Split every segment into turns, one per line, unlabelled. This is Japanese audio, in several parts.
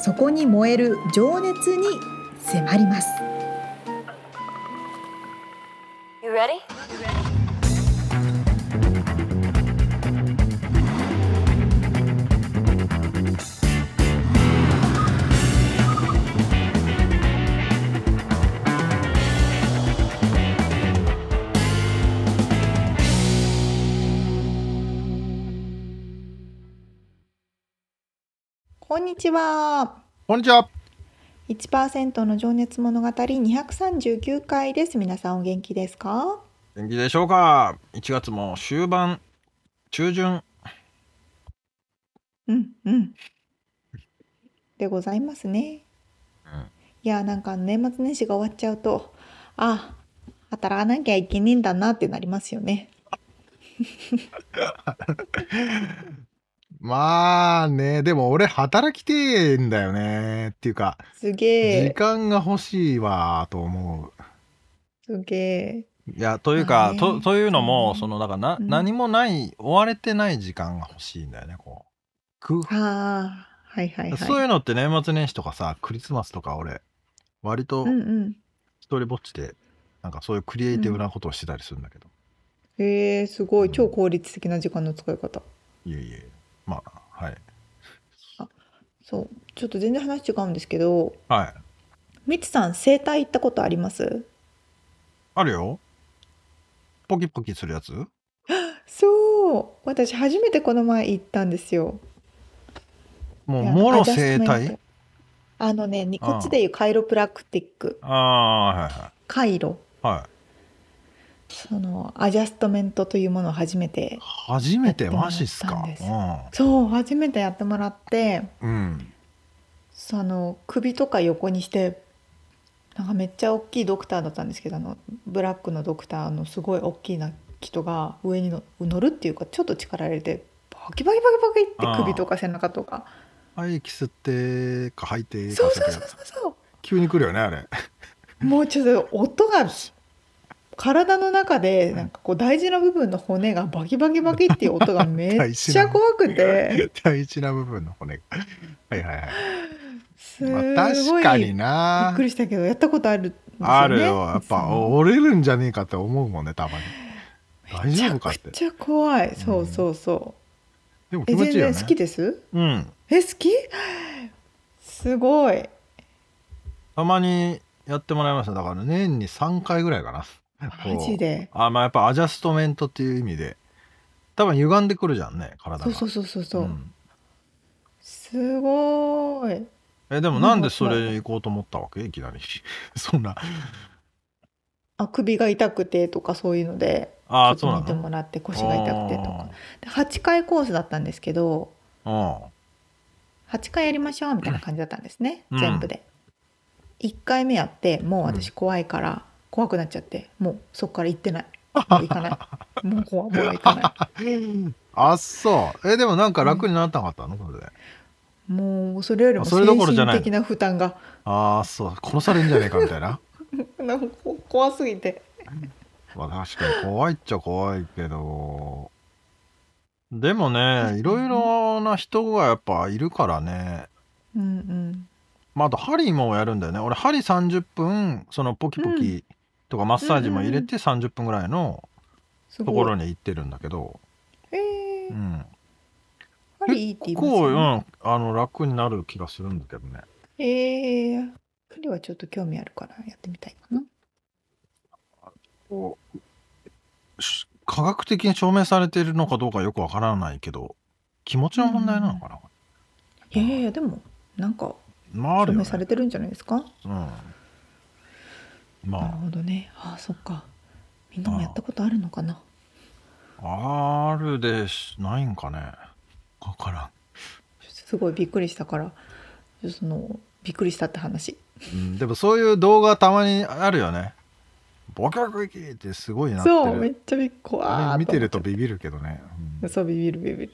そこに燃える情熱に迫ります
You ready?
こんにちは
こんにちは。
1%の情熱物語239回です皆さんお元気ですか
元気でしょうか ?1 月も終盤、中旬、
うんうんでございますね、
うん
いやなんか年末年始が終わっちゃうとあ働かなきゃいけねえんだなってなりますよね
まあね、でも俺働きてえんだよね。っていうか、
すげ
時
え
間が欲しいわと思
すげえ
う。いや、という
まあ
か、
ね
とというの
う
も、
ん
その、だからな、
うん
何もない、追われてない時間が欲しいんだよね、こう。空腹
ああはいはいはい
そういうのって年末年始とかさ、クリスマスとか俺、割と
うんうん
一人ぼっちで、なんかそういうクリエイティブなことをしてたりするんだけど。
へえすごい超効率的な時間の使い方
いえいえ、まあ、はい。
そうちょっと全然話違うんですけど
はい。
みつさん整体行ったことあります
あるよ。ポキポキするやつ
そう私初めてこの前行ったんですよ
もう、
いや
もろ
アジャス
生
メント
体
あのねに
あ
こっちでいうカイロプラクティック
あ
カイロ
あ、はいはい。はい。
そのアジャストメントというものを初めて
初めて、マジっす
やっ
か
てもらそう初めてやってもらって
うん。うん。
その首とか横にしてなんかめっちゃ大きいドクターだったんですけどあのブラックのドクターのすごい大きな人が上にの乗るっていうかちょっと力入れてバキバキバキバキって首とか背中とか
はい、キスって、か吐いて、
そう
か
そうそう
せて
そうそう
急に来るよね、あれ。
もうちょっと音が体の中でなんかこう大事な部分の骨がバキバキバキっていう音がめっちゃ怖くて
大事な部分の骨が。はいはいはい。
す
まあ
ご
確かに
いびっ
な
く。りしたけどやったことあるんですよね
あるよ。やっ
そ
ぱ、
の
折れるんじゃねえかって思うもんね、たまに。大丈夫かっ
め
て。
ちゃくちゃ怖い
ん
そうそうそう
でも気
え
持
全
ちいいよ
然
ね。
好きです
うん。
え好きすごい
たまにやってもらいました。だから年に3回ぐらいかな。こう
マジで
あまあやっぱアジャストメントっていう意味で多分歪んでくるじゃんね体が
そうそうそうそうそう、
うん
すごい
えでもなんでそれ行こうと思ったわけいきなり そんな
あ首が痛くてとかそういうので
ああ
ち
そ
ょ
う
っと見
な
て
の
もらって腰が痛くてとかで8回コースだったんですけど
あ
8回やりましょうみたいな感じだったんですね、
うん
全部で1回目やってもう私怖いから、怖くなっちゃってもうそこから行って ないもう行かないもう怖いもう行かな
あそうえでもなんか楽になったなかったのそれで
いもうそれよりも
そ
精
れどころじゃない
神的な負担が
ああそう殺されんじゃねえかみたいな
なんかこ怖すぎて
まあ確かに怖いっちゃ怖いけどでもねいろいろな人がやっぱいるからね
うんうん
まあ、あとハリーもやるんだよね俺ハリー30分そのポキポキとかマッサージも入れて30分ぐらいの
す
ところ
ごい
に行ってるんだけど、
えー、
う
や
ん、
はりいいって言い
結
ます
構、う
よ
ん、
ね
あの楽になる気がするんだけどね
えー、彼はちょっと興味あるからやってみたいかな
こうし科学的に証明されているのかどうかよくわからないけど気持ちの問題なのかな、
いやいやいやでもなんか
まああ
証
る
明
よね
されてるんじゃないですか
うん、
なる
ま
ほどねああそっかみんなもやったことあるのかな
ああるでしないんかねわからん
すごいびっくりしたからそのびっくりしたって話
うん、でもそういう動画たまにあるよね。ボキャボキってすごいなって
そうめ
る。
っちゃびっくり
あ
わー
れ見
っ思
て
っ
る
ちゃ
と
う
ビビるけどね。うん
そうビビるビビる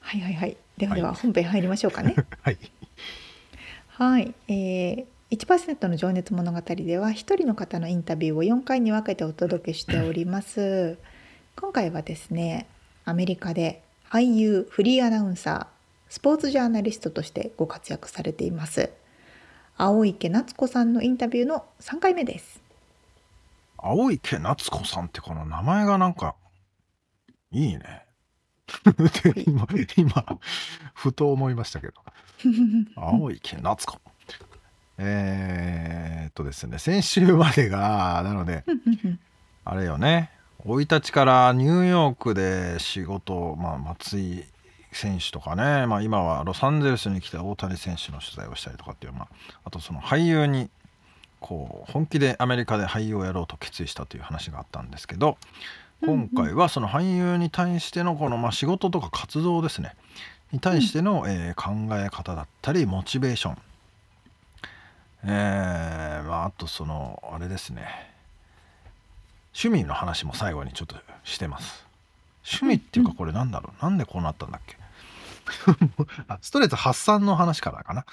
はいはいはいではでは
は
本編入りましょうかね
はい。
はいえー1%の情熱物語では一人の方のインタビューを4回に分けてお届けしております今回はですねアメリカで俳優フリーアナウンサースポーツジャーナリストとしてご活躍されています青池夏子さんのインタビューの3回目です
青池夏子さんってこの名前がなんか、いいね。
い
今、今、ふと思いましたけど。青池夏子。えーっとですね、先週までが、なので、あれよね生い立ちからニューヨークで仕事、まあ、松井選手とかね、まあ、今はロサンゼルスに来て大谷選手の取材をしたりとかっていう、まあ、あとその俳優にこう本気でアメリカで俳優をやろうと決意したという話があったんですけど今回はその俳優に対してのこの、まあ、仕事とか活動ですねに対しての、えー考え方だったりモチベーション、えーまあ、あとそのあれですね趣味の話も最後にちょっとしてます趣味っていうかこれなんだろう、なんでこうなったんだっけ あストレス発散の話からかな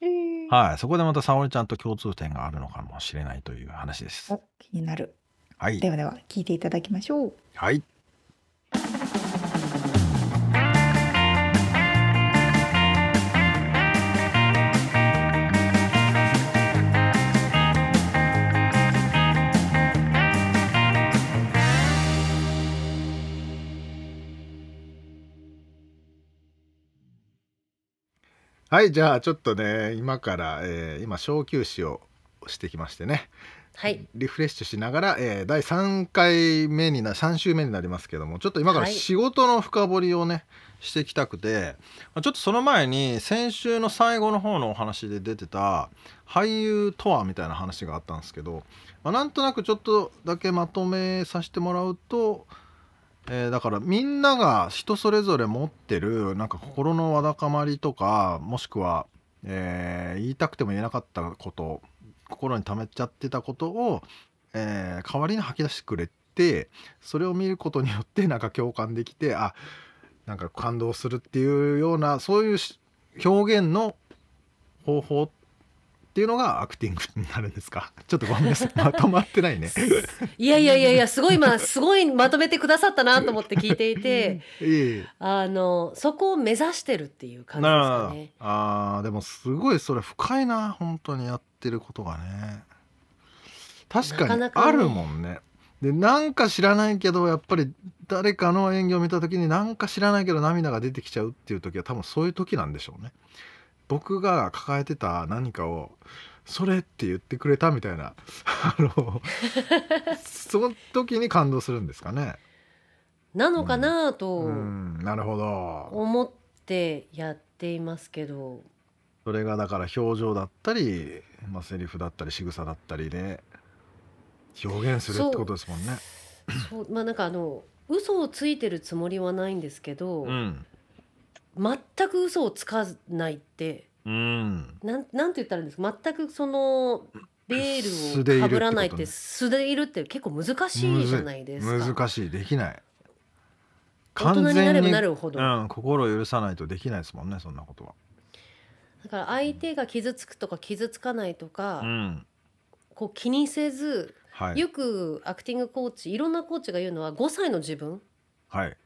えー
はいそこでまた沙織ちゃんと共通点があるのかもしれないという話で す
お気になる
は
で
い
はでは聞いていただきましょう
はいはいじゃあちょっとね今から、えー今小休止をしてきましてね
はい。
リフレッシュしながら、えー第3回目にな3週目になりますけどもちょっと今から
はい
仕事の深掘りをねしていきたくてまあちょっとその前に先週の最後の方のお話で出てた俳優とはみたいな話があったんですけど、まあなんとなくちょっとだけまとめさせてもらうと、えーだからみんなが人それぞれ持ってるなんか心のわだかまりとかもしくは、えー言いたくても言えなかったこと心に溜めちゃってたことを、えー代わりに吐き出してくれてそれを見ることによって なんか共感できてあなんか感動するっていうようなそういうし表現の方法っていうのがアクティングになるんですか ちょっとごめんなさいまとまってな いね。
いやいやいやいや、すごい今、すごいまとめてくださったなと思って聞いていて、
いえいえ
あの、そこを目指してるっていう感じです
な
かね。
あーでもすごいそれ深いな本当にやってることがね確かに
なかなかね
あるもんねでなんか知らないけどやっぱり誰かの演技を見た時になんか知らないけど涙が出てきちゃうっていう時は多分そういう時なんでしょうね僕が抱えてた何かを「それ」って言ってくれたみたいな あ のその時に感動するんですかね
なのかなと
うんなるほど
思ってやっていますけど、
それがだから表情だったり、まあ、セリフだったり仕草だったりで表現するってことですもんね。
そう、まあなんかあの、嘘をついてるつもりはないんですけど、
ん、
全く嘘をつかないって、
うん、
なん、なんて言ったらいいんですか、全くその、ベ
素
ー
で
ルをか
いるってことね
ぶらないって素でいるって結構難しいじゃないですか。
難しいできない
大人になればなるほど。
うん、心を許さないとできないですもんねそんなことは。
だから相手が傷つくとか傷つかないとか、
ん
こう気にせず、
はい
よくアクティングコーチいろんなコーチが言うのは5歳の自分
はい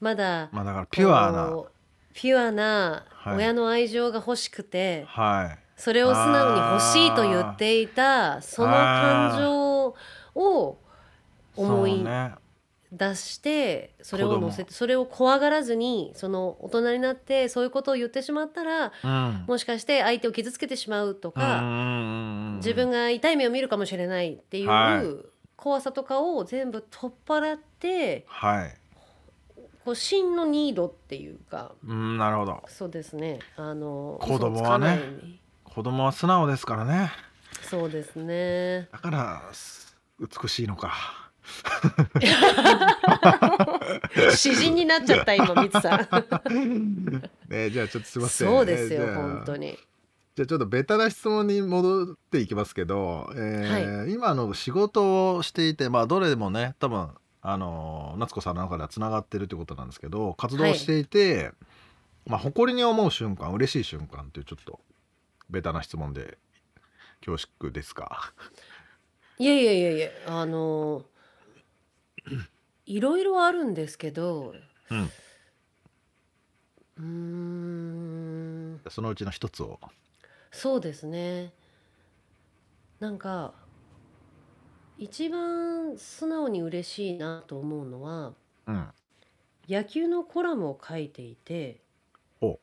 まだ、
まあ、だからピュアな
こうピュアな
はい
親の愛情が欲しくて、
はい
それを素直に欲しいと言っていたその感情を思
そう
い
ね
出してそれ
子
を
供
乗せてそれを怖がらずにその大人になってそういうことを言ってしまったら
うん
もしかして相手を傷つけてしまうとか。
うん
自分が痛い目を見るかもしれないってい
は
う怖さとかを全部取っ払って
はい、
こう真のニードっていうか
うん、なるほど
そうですねあの
子
嘘をつ
供はね
かないように
子供は素直ですからね
そうですね
だからす美しいのか。
詩人になっちゃ った今ミツさん
ねじゃあちょっとすいません。
そうですよ
えーじゃあ
本当に
じゃあちょっとベタな質問に戻っていきますけど、えー今の仕事をしていて、まあ、どれもね多分あの夏子さんの中ではつながってるってことなんですけど活動をしていて、まあ、誇りに思う瞬間嬉しい瞬間っていうちょっとベタな質問で恐縮ですか。
いやいやいやいやあのいろいろあるんですけど
うん
うーん
そのうちの一つを。
そうですねなんか一番素直に嬉しいなと思うのは
うん、
野球のコラムを書いていて
お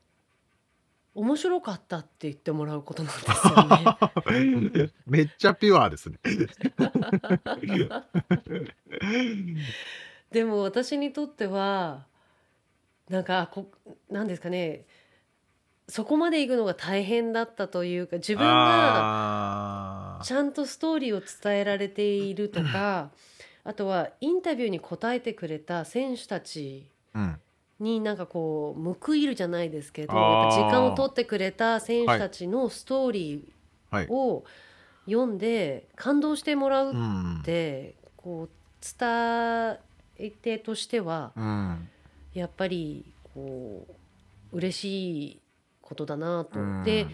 面白かったって言ってもらうことなんですよね。
めっちゃピュアですね。
でも私にとってはなんかこなんですかねそこまで行くのが大変だったというか自分が
あー
ちゃんとストーリーを伝えられているとか あとはインタビューに答えてくれた選手たち
うん
になんかこう報いるじゃないですけどやっ
あー
ぱ時間を取ってくれた選手たちのストーリ
はい
ーを読んで感動してもらう
う
っ
ん
てこう伝え手としては
うん
やっぱりこう嬉しいことだなと。
うん
で、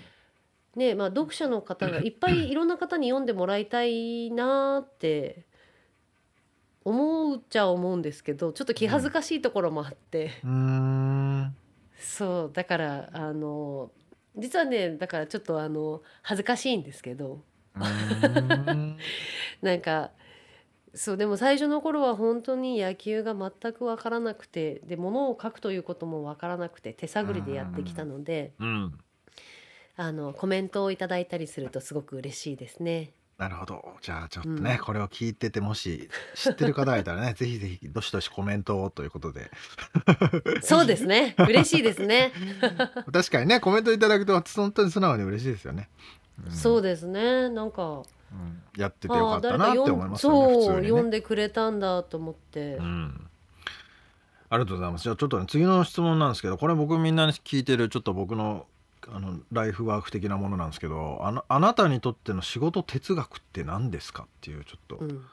ねまあ、読者の方 がいっぱいいろんな方に読んでもらいたいなって思うっちゃ思うんですけどちょっと気恥ずかしいところもあって、
うーん
そうだからあの実はねだからちょっとあの恥ずかしいんですけど
うーん
なんかそうでも最初の頃は本当に野球が全く分からなくてで物を書くということも分からなくて手探りでやってきたので
うん
あのコメントをいただいたりするとすごく嬉しいです ね。
なるほどじゃあちょっとね、
うん
これを聞いててもし知ってる方がいたらねぜひぜひどしどしコメントをということで
そうですね嬉しいですね。
確かにねコメントいただくと本当に素直に嬉しいですよね、うん
そうですねなんか
うんやっててよ
あ
か
あ
った
誰
な
か
って
読
思い
ん
ますよね普
そう
通に
読
ね
んでくれたんだと思って
う。んありがとうございますじゃあちょっとね次の質問なんですけどこれ僕みんなに聞いてるちょっと僕のあのライフワーク的なものなんですけどあのあなたにとっての仕事哲学って何ですかっていうちょっと
うん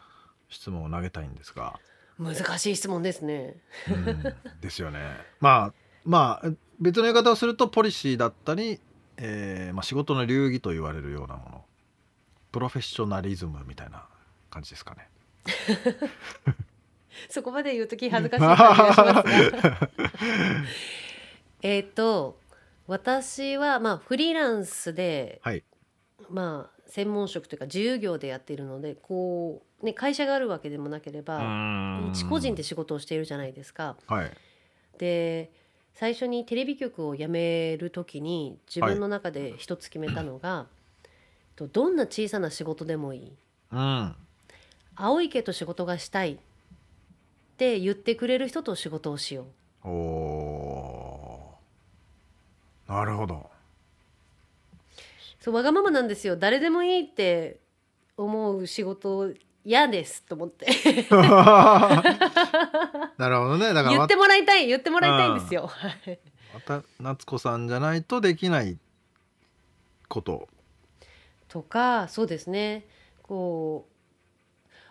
質問を投げたいんで すが、
難しい質問ですね。
うんですよね。まあまあ別の言い方をするとポリシーだったり、えーまあ、仕事の流儀と言われるようなものプロフェッショナリズムみたいな感じですかね。
そこまで言うとき恥ずかしい感じ がしますがえっと私はまあフリーランスで、
はい
まあ専門職というか自由業でやっているのでこう、ね、会社があるわけでもなければ一個人で仕事をしているじゃないですか。
はい
で最初にテレビ局を辞める時に自分の中で一つ決めたのが、とどんな小さな仕事でもいい
うん
青池と仕事がしたいって言ってくれる人と仕事をしよう。
おーなるほど。
そうわがままなんですよ誰でもいいって思う仕事嫌ですと思って
なるほどねだから
言
わ
ってもらいたい言ってもらいたいんですよはい
また夏子さんじゃないとできないこと。
とかそうですねこ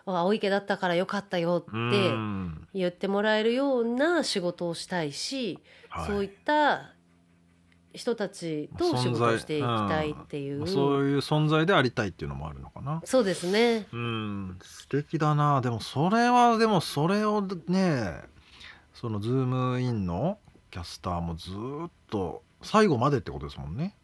うあ青池だったからよかったよ
う
って
ん
言ってもらえるような仕事をしたいし、
はい
そういった人たちと仕事をしていきたいっていう、
まあそういう存在でありたいっていうのもあるのかな。
そうですね
うん素敵だなでもそれはでもそれをねそのズームインのキャスターもずーっと最後までってことですもんね。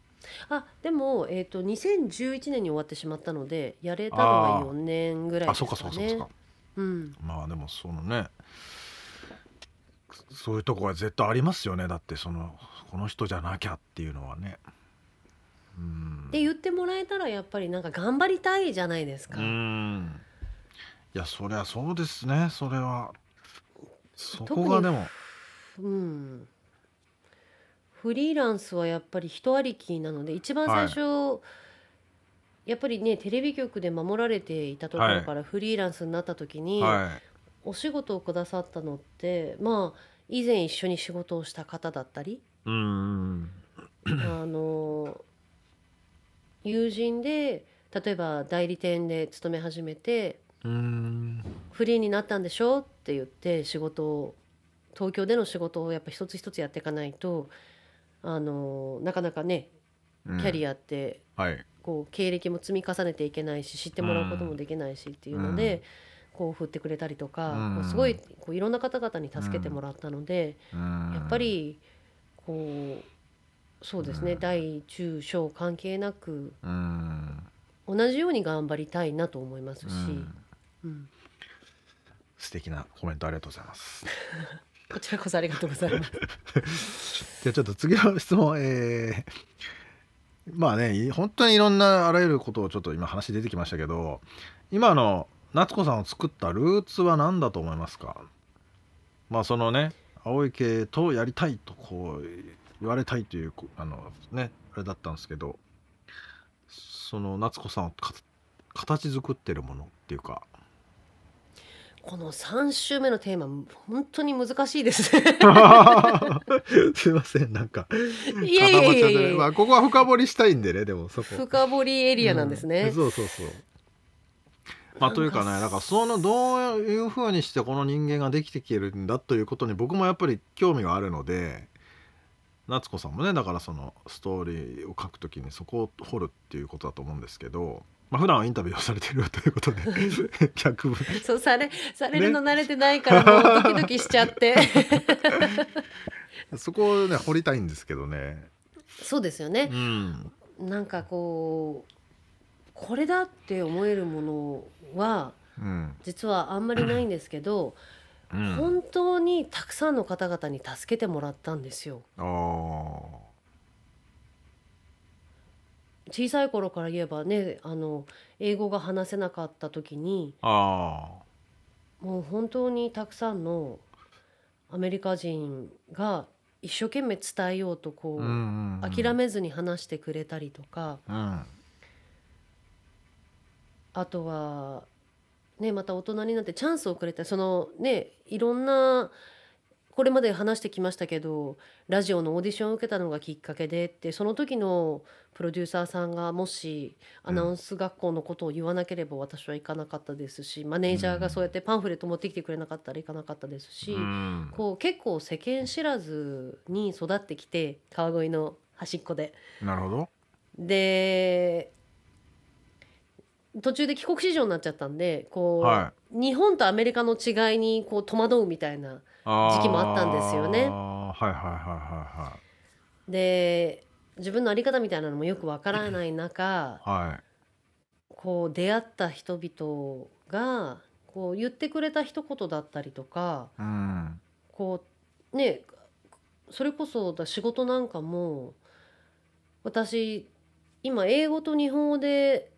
あでも、えー、と2011年に終わってしまったのでやれたのは4年ぐらい
あ
です
そっ
か
か
ね。
そっかそっかそっか。
うん、
まあでもそのねそういうとこは絶対ありますよねだってそのこの人じゃなきゃっていうのはね。うん
で言ってもらえたらやっぱりなんか頑張りたいじゃないですか。
うんいやそりゃそうですねそれはそ
特
こ
に
がでも
うんフリーランスはやっぱり人ありきなので一番最初、やっぱりねテレビ局で守られていたところからフリーランスになった時に、
はい
お仕事をくださったのってまあ以前一緒に 仕事をした方だったり
うん
あの友人で例えば代理店で勤め始めて
うーん
フリーになったんでしょって言って仕事を東京での仕事をやっぱ一つ一つやっていかないとあのなかなかね
キ
キャリ
ア、
アって
はい
こう経歴も積み重ねていけないし知ってもらうこともできないしっていうので、こう振ってくれたりとか、
うん
こうすごいこういろんな方々に助けてもらったので、や
や
っぱりこうそうですね、
うん
大中小関係なく
うーん
同じように頑張りたいなと思いますし、
うん
うん
素敵なコメントありがとうございます。
こちらこそありがとうございます。
じゃあちょっと次の質問、えーまあねい本当にいろんなあらゆることをちょっと今話出てきましたけど今の夏子さんを作ったルーツは何だと思いますかまあそのね青池とやりたいとこう言われたいというこあのねあれだったんですけどその夏子さんをか形作ってるものってい うか
この3週目のテーマ本当に難しいですね。
すいませんなんか
いやいやいやい
固まっちゃって
や
る
い
まあ
や
ここは深掘りしたいんでねでもそこ
深掘りエリアなんですね。
うんそうそうそうまあというかねだからそのどういうふうにしてこの人間ができてきてるんだということに僕もやっぱり興味があるので夏子さんもねだからそのストーリーを書くときにそこを掘るっていうことだと思うんですけど、まあ普段はインタビューをされてるということで 逆分
そうされされるの慣れてないからもうドキドキしちゃ って、
そこをね掘りたいんですけどね。
そうですよね
う、ん
なんかこうこれだって思えるものは
うん
実はあんまりないんですけど、
うん、
本当にたくさんの方々に助けてもらったんですよ
あー
小さい頃から言えばねあの英語が話せなかった時に
あ
もう本当にたくさんのアメリカ人が一生懸命伝えようとこ
ー
う、
うんうんうん
諦めずに話してくれたりとか、
うん
あとは、ね、また大人になってチャンスをくれたそのねいろんなこれまで話してきましたけどラジオのオーディションを受けたのがきっかけでってその時のプロデューサーさんがもしアナウンス学校のことを言わなければ私は行かなかったですし、マネージャーがそうやってパンフレット持ってきてくれなかったら行かなかったですし、
うん
こう結構世間知らずに育ってきて川越の端っこで。
なるほど。
で途中で帰国子女になっちゃったんでこう、
は
日本とアメリカの違いにこう戸惑うみたいな時期もあったんですよね
あーはいはいは
で自分の在り方みたいなのもよくわからない中
いはいはいはい
こう出会った人々がこう言ってくれた一言だったりとか
うん
こうねそれこそだ仕事なんかも私今英語と日本語で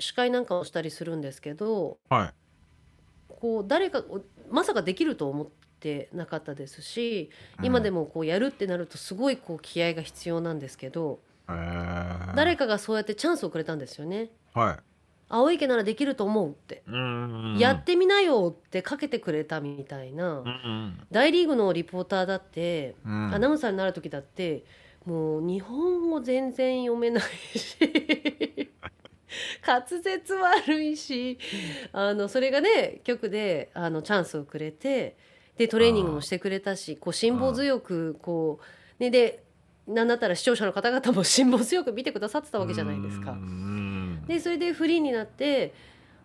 司会なんかをしたりするんですけど
はい
こう誰かおまさかできると思ってなかったですし今で
も、
もこうやるってなるとすごいこう気合が必要なんですけど、
えー、
誰かがそうやってチャンスをくれたんですよね。
は
青池ならできると思うって、
いうん
やってみなよってかけてくれたみたいな、
うん
大リーグのリポーターだって、
うん
アナウンサーになる時だってもう日本語全然読めないし 滑舌悪いしあのそれがね局であのチャンスをくれてでトレーニングもしてくれたしこう辛抱強くこう、ね、でなんだったら視聴者の方々も 辛抱強く見てくださってたわけじゃないですか。
うん
でそれでフリーになって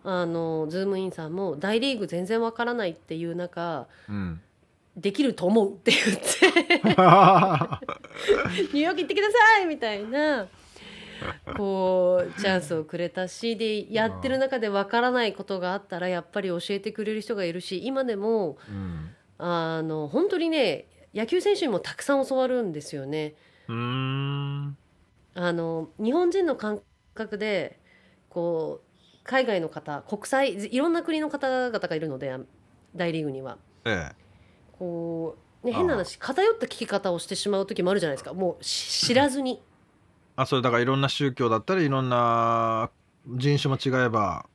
あのズームインさんも大リーグ全然わからないっていう中
うん、
できると思うって言ってニューヨーク行ってくださいみたいなこうチャンスをくれたしでやってる中でわからないことがあったらやっぱり教えてくれる人がいるし今でも
うん
あの本当にね野球選手にもたくさん教わるんですよね。
うん
あの日本人の感覚でこう海外の方国際いろんな国の方々がいるので大リーグには。
え
こうね、変な話偏った聞き方をしてしまう時もあるじゃないですかもうし知らずに
あそれだからいろんな宗教だったりいろんな人種も違えば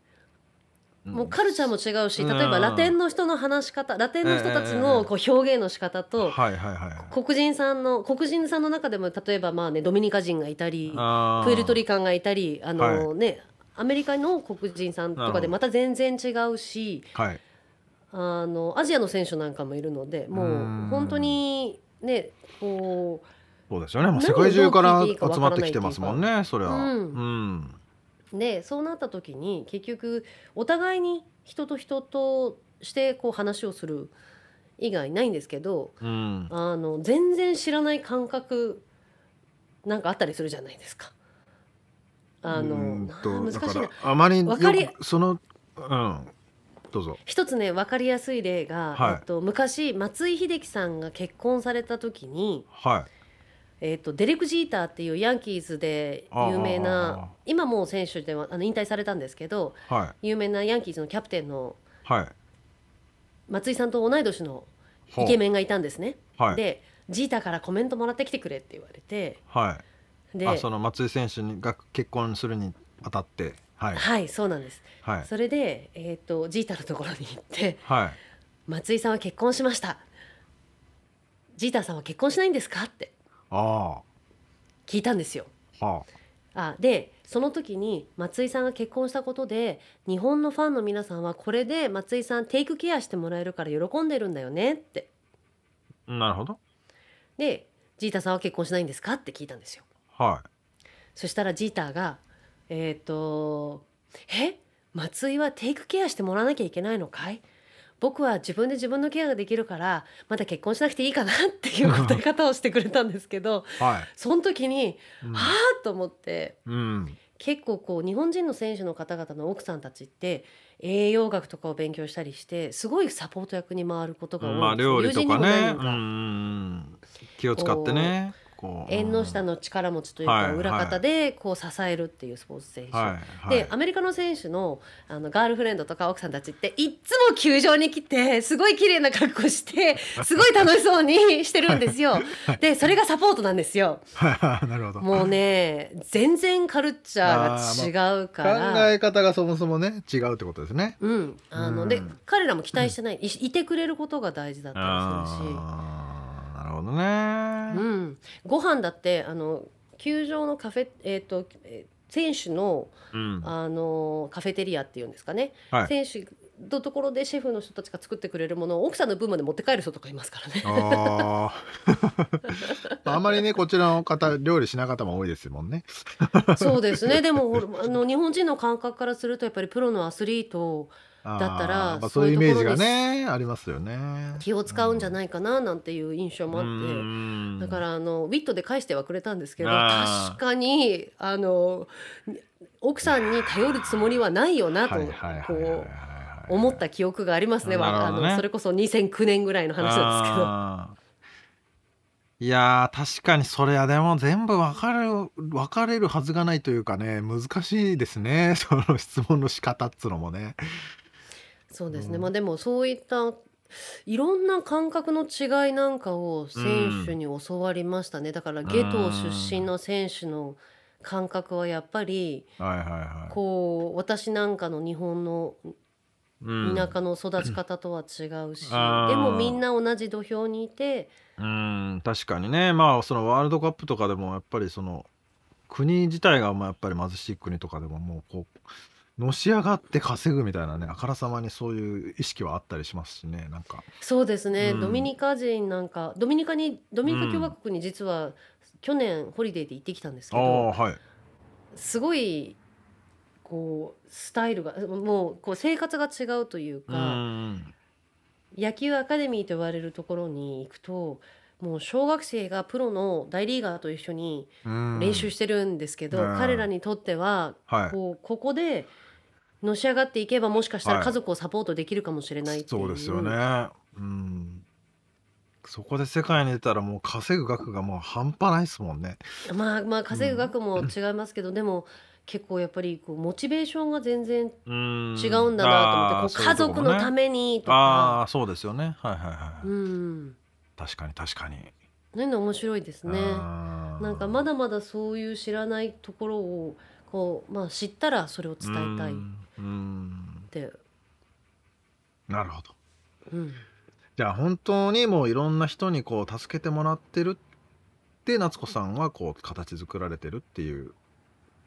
もうカルチャーも違うし
うん
例えばラテンの人の話し方ラテンの人たち
ええ
のこう表現の仕方と
はいはいはい
黒人さんの黒人さんの中でも例えばまあねドミニカ人がいたり
あー
プエルトリカンがいたりあ
は
のねアメリカの黒人さんとかでまた全然違うし
はい
あのアジアの選手なんかもいるのでも
うん
う本当にねこう
そうですよね、まあ、
何を
世
どう
界中から
聞いていい
集
かわから
ま
ない
ってきてますもんねそれは
うん
うん
でそうなった時に結局お互いに人と人としてこう話をする以外ないんですけど
うん
あの全然知らない感覚なんかあったりするじゃないですか。あ
う
の
ん
な
と
難しい
だ
な
からあまりよ
わかり
くそのうんどうぞ
一つね分かりやすい例が、
はい
えっと、昔松井秀喜さんが結婚された時に、
は
えっと、デレク・ジーターっていうヤンキーズで有名
ああああ
な今もう選手ではあの引退されたんですけど
いはい
有名なヤンキーズのキャプテンの
はい
松井さんと同い年の
ほう
イケメンがいたんですね。
はい
でジータからコメントもらってきてくれって言われて
は
で
いあその松井選手が結婚するにあたってはい
はいそうなんです、
はい
それで、えー、とジータのところに行って
はい
「松井さんは結婚しました」「ジータさんは結婚しないんですか?」って
あ
聞いたんですよ。
あは
あでその時に松井さんが結婚したことで日本のファンの皆さんはこれで松井さんテイクケアしてもらえるから喜んでるんだよねって
あなるほど
でジータさんは結婚しないんですかって聞いたんですよ。
は
そしたらジーターが「えっ、とえ松井はテイクケアしてもらわなきゃいけないのかい僕は自分で自分のケアができるからまだ結婚しなくていいかな」っていう答え方をしてくれたんですけど
いはい
その時に
う
「
ん
はあ!」と思って
うん
結構こう日本人の選手の方々の奥さんたちって栄養学とかを勉強したりしてすごいサポート役に回ることが多い
まあ
んですね
料理とか
友人
ね
にも
う
何人
ん気を使ってねこう
縁の下の力持ちという
はいは
か
い
裏方でこう支えるっていうスポーツ選手
はいはい
でアメリカの選手のあのガールフレンドとか奥さんたちっていっつも球場に来 てすごい綺麗な格好してすごい楽しそうにしてるんです よ。でそれがサポートなんですよ。
なるほど
もうね全然カルチャーが違うか
考
ら。
え方がそもそもね違うってことですね
うん、あの、
うん
で彼らも期待してない、いいてくれることが大事だったりするし、
あーなるほどね
うん、ご飯だってあの球場のカフェえっ、とえー選手の
うん
あのカフェテリアっていうんですかね、
はい
選手のところでシェフの人たちが作ってくれるものを奥さんの分まで持って帰る人とかいますからね。
あ ーあんまりねこちらの方料理しない方も多いですもんね。
そうですね。でもほらあの日本人の感覚からするとやっぱりプロのアスリート
あー
だったら
まあ、そ
そうう
い
いうう
イ
と
メ
こ
ージ
ろ
が
です
ねありますよね。
気を使うんじゃ
い
ないかななんていう印象もあって。だからあのウィットで返してはくれたんですけど
あー
確かにあの奥さんに頼るつもりはないよなと
はいはいはいはいはい
こう思った記憶がありますねあ
なるほどね
のそれこそ2009年ぐらいの話なんですけど。
あーいやー確かにそれはでも全部分かる分かれるはずがないというかね難しいですね その質問の仕方っつうのもね。
そうですね、
うん
まあでもそういったいろんな感覚の違いなんかを選手に教わりましたね、だから下東出身の選手の感覚はやっぱり
はいはいはい。
こう私なんかの日本の
うん
田舎の育ち方とは違うし、
あー
でもみんな同じ土俵にいて
うん確かにねまあそのワールドカップとかでもやっぱりその国自体がまあやっぱり貧しい国とかでももうこうのし上がって稼ぐみたいなねあからさまにそういう意識はあったりしますしねなんか
そうですね、
うん
ドミニカ人なんかドミニカにドミニカ共和国に実は去年ホリデーで行ってきたんですけど、
はい
すごいこうスタイルがもうこう生活が違うという
う
か、
ん
野球アカデミーと言われるところに行くともう小学生がプロの大リーガーと一緒に練習
し
してるんですけど、
うん
彼らにとっては
はい
こうここでのし上がっていけばもしかしたら
はい
家族をサポートできるかもしれないっていう、
そうですよねうんそこで世界に出たらもう稼ぐ額がもう半端ないですもんね
まあまあ稼ぐ額も違いますけど、でも結構やっぱりこうモチベーションが全然
うん
違うんだなと思って、こう家族のた
め
めにと
あ
か
ーそうですよねはいはいはい、
うん
確かに確かに
そういうの面白いですね。
な
なんかまだまだそういう知らないところをこう、まあ、知ったらそれを伝えたいっ
うんうん
て
なるほど
うん、
じゃあ本当にもういろんな人にこう助けてもらってるって夏子さんはこう形作られてるっていう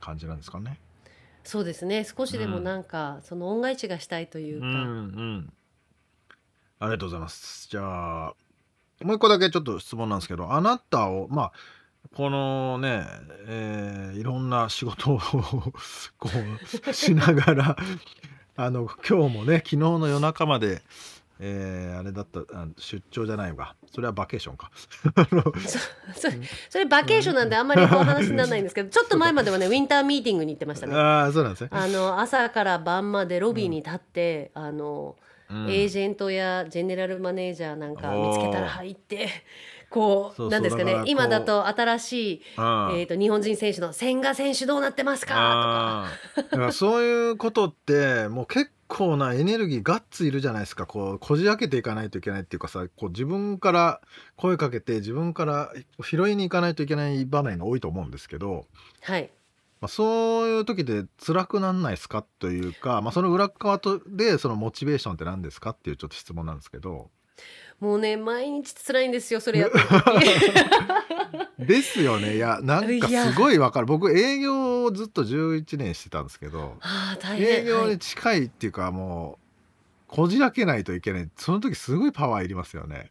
感じなんですかね。
そうですね少しでも
うん
なんか、その恩返しがしたいというか、
ん、ありがとうございます。じゃあもう一個だけちょっと質問なんですけどあなたをまあこのね、えーいろんな仕事をこうしながら あの今日もね昨日の夜中まで、えーあれだったあ出張じゃないわそれはバケーションかあの
それそれバケーションなんであんまりこう話にならないんですけどちょっと前まではねウィンターミーティングに行ってましたね。
ああそうなんですね。
あの朝から晩までロビーに立って、あの
うん
エージェントやジェネラルマネージャーなんか
おー
見つけたら入ってこ
そうそう
うなんですか
だか
ね
らこう
今だと新しい、
う
え
ん
ー、と日本人選手の千賀選手どうなってますかとか
あーだからそういうことってもう結構なエネルギーガッツいるじゃないですかこうこじ開けていかないといけないっていうかさこう自分から声かけて自分から拾いに行かないといけない場面が多いと思うんですけど、
はい
まあ、そういう時で辛くなんないですかというか、まあ、その裏側とでそのモチベーションって何ですかっていうちょっと質問なんですけど。
もうね毎日辛いんですよそれや ってる時
ですよねいやなんかすごいわかる僕営業をずっと11年してたんですけど。
あー大変
営業
は
に
い
近いっていうかもうこじ開けないといけないその時すごいパワーいりますよね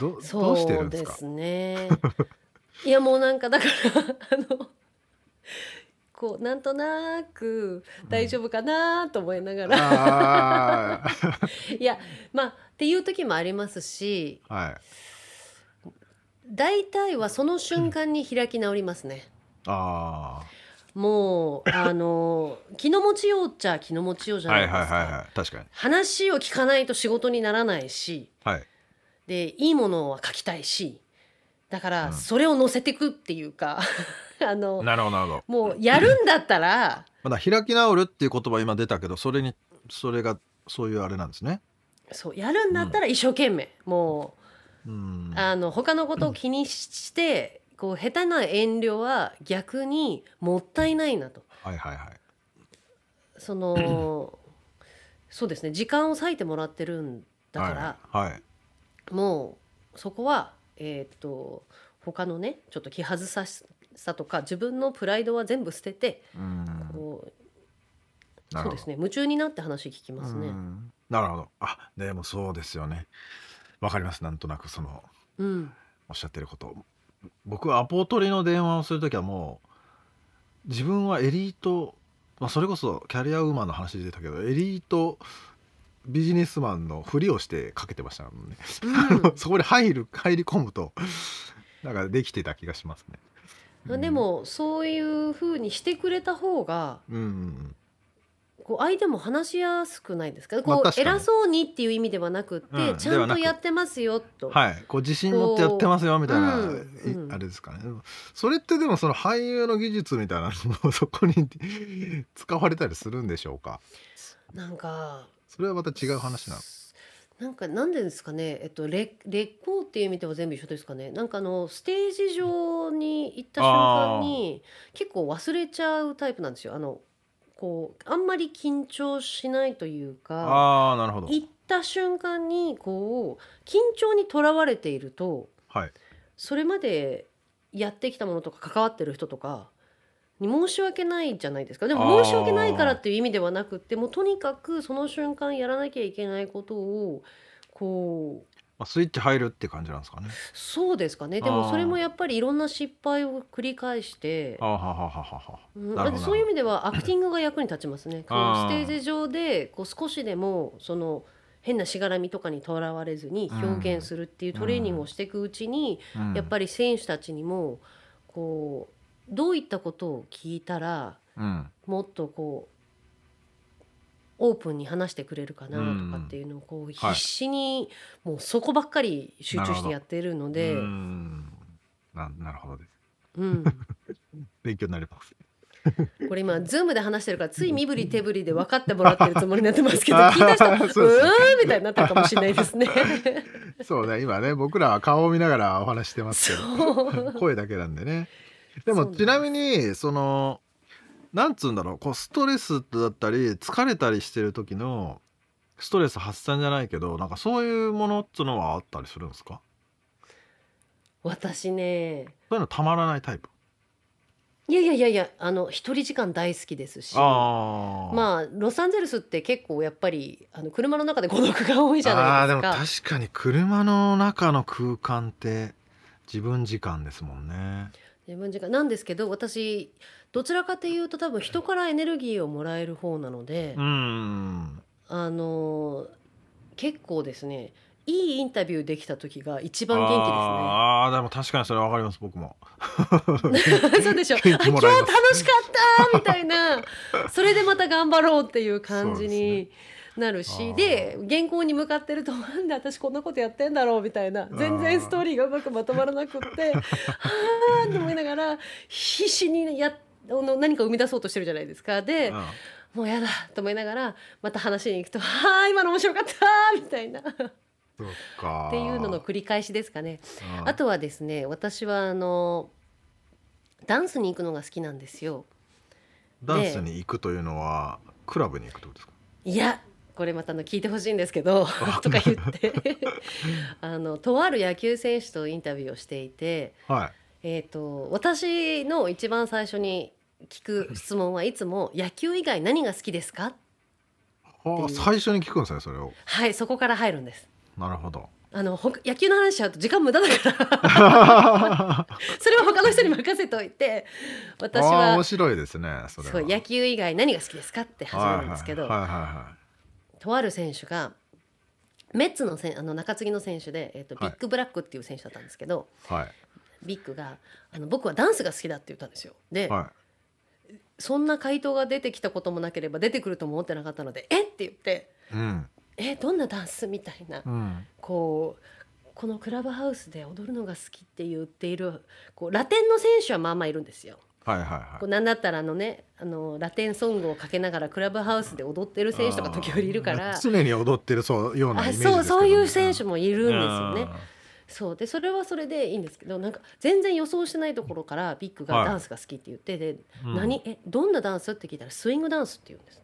どどうしてるんですか
そうですね いやもうなんかだからあのこうなんとなく大丈夫かなと思いながら、
あ
いやまあっていう時もありますし
ーはい
大体はその瞬間に開き直りますね。
あ
もうあの気の持ちようっちゃ気の持ちようじ
ー
ゃ
は
ない
い
ですか、
はいはいはい確かに
話を聞かないと仕事にならないし
はい
でいいものは書きたいしだか
うん
らそれを載せてくっていうか あの
なるほどなるほど
もうやるんだったら
まだ開き直るっていう言葉今出たけどそれにそれがそういうあれなんですね
そうやるんだったら一生懸命、も
うん
うあの他のことを気にしして、こう下手な遠慮は逆にもったいないなと
はいはいはい
そ のそうですね時間を割いてもらってるんだから、
はい、はい
もうそこはえーっと他のねちょっと気恥ずかしさとか自分のプライドは全部捨てて、
うん
こう
な
そ
る
うで
ほど
すね夢中になって話聞きますね
う。んなるほどあでもそうですよねわかりますなんとなくその
うん、
おっしゃってること僕はアポ取りの電話をする時はもう自分はエリート、まあ、それこそキャリアウーマンの話出たけどエリートビジネスマンのふりをしてかけてましたもんね、
うん
そこに入る入り込むとなんかできてた気がしますね、うん
でもそういうふうにしてくれた方が
うんうんうん
こう相手も話しやすくないですか,、
まあ
こ
確
う
かに
偉そうにっていう意味ではなくって、
うん
ち
で
ゃ
は
ん
な
と
く
やってますよと、
はい、こう自信持ってやってますよみたいな、
うん
い
うん
あれですかねでもそれってでもその俳優の技術みたいなのも そこに使われたりするんでしょうか
なんか
それはまた違う話なの
なんかなんでですかね、えっと、レ劣行っていう意味では全部一緒ですかねなんかあのステージ上に行った瞬間に結構忘れちゃうタイプなんですよあのこうあんまり緊張しないというか
ああなるほど
行った瞬間にこう緊張にとらわれていると
はい
それまでやってきたものとか関わってる人とかに申し訳ないじゃないですかで
あ
も
ー
申し訳ないからっていう意味ではなくってもうとにかくその瞬間やらなきゃいけないことをこう
まあ、スイッチ入るって感じなんですかね。
そうですかねで
あー
もそれもやっぱりいろんな失敗を繰り返して
あははははは。
うん
なるほど
そういう意味ではアクティングが役に立ちます ね。こ
あ
のス
ー
テージ上でこう少しでもその変なしがらみとかにとらわれずに表現するっていうトレーニングをしていくうちに、やっぱ
り。
り選手たちにもこうどういったことを聞いたら
うん。
もっとこうオープンに話してくれるかなとかっていうのをこう
はい
必死にもうそこばっかり集中してやってるので、
うーんななるほどです。
うん、
勉強になります。
これ今ズームで話してるからつい身振り手振りで分かってもらってるつもりになってますけ ど
あー
聞いた人はう
そうですね
ーんみたいになってるかもしれないです ね。
そうね、今ね、僕らは顔を見ながらお話してます
そ
け
う
ど、声だけなん でね。で
そう
も、
なんです
ちなみに、その。なんつうんだろう、こうストレスだったり、疲れたりしてる時の。ストレス発散じゃないけどなんかそういうものっつうのはあったりするんですか
私ね
そういうのたまらないタイプ
いやいやいやいやあの一人時間大好きですし
ああ
まあロサンゼルスって結構やっぱりあの車の中で孤独が多いじゃな
あ
い
ー
で
ですも
か。
確かに車の中の空間って自分時間ですもんね
自分時間なんですけど私どちらかというと多分人からエネルギーをもらえる方なので、
うん
あの結構ですねいいインタビューできた時が一番元気
ああでも確かにそれわかります僕も
ですね。 そうでしょあ
元
今
気
日
も
楽
らえます
しかったみたい なそれでまた頑張ろうっていう感じになるし
そう
で,、
で
原稿に向かってると なんで私こんなことやってんだろうみたいな全然ストーリーがうまくまとまらなく ってああーって思いながら必死にやあの何か生み出そうとしてるじゃないですか。で、
うん
もうやだと思いながらまた話しに行くと「はあ今の面白かった」みたいなっ
そっか
ていうのの繰り返しですかね。
うん
あとはですね私はあのダンスに行くのが好きなんですよ。
ダンスに行くというのはクラブに行くってことですか
いやこれまたあの聞いてほしいんですけどとか言って あのとある野球選手とインタビューをしていて、
はい
えー、と私の一番最初に聞く質問はいつも「野球以外何が好きですか?
あ
っ
ー
ていう
最初に聞くんですねそれを」
はいそこから入るんです。
なるほど
あのほか野球の話しちゃうと時間無駄だから それは他の人に任せといて私
あー
は
面白いですねそれは
そう野球以外何が好きですかって始めるんですけど、
はいはいはいは
とある選手がメッツのせんあの中継ぎの選手で、えっと
はい
ビッグブラックっていう選手だったんですけど、
いはい
ビッグがあの「僕はダンスが好きだ」って言ったんですよ。で、
はい
そんな回答が出てきたこともなければ出てくるとも思ってなかったので「えっ?」て言って
うん
「えどんなダンス?」みたいな
うん
こうこのクラブハウスで踊るのが好きって言っているこうラテンの選手はまあまあいるんですよ。
はいはいは
こうなんだったらあのねあのラテンソングをかけながらクラブハウスで踊ってる
い
選手とか時折いるから
あー
あ、
常に踊ってるそうようなイメージですけど
そうそういう選手もいるんですよ
う
ね
ん。
そうでそれはそれでいいんですけどなんか全然予想してないところからビッグ
は
が
い
ダンスが好きって言ってで、
うん
何えどんなダンスって聞いたらスイングダンスって言うんです。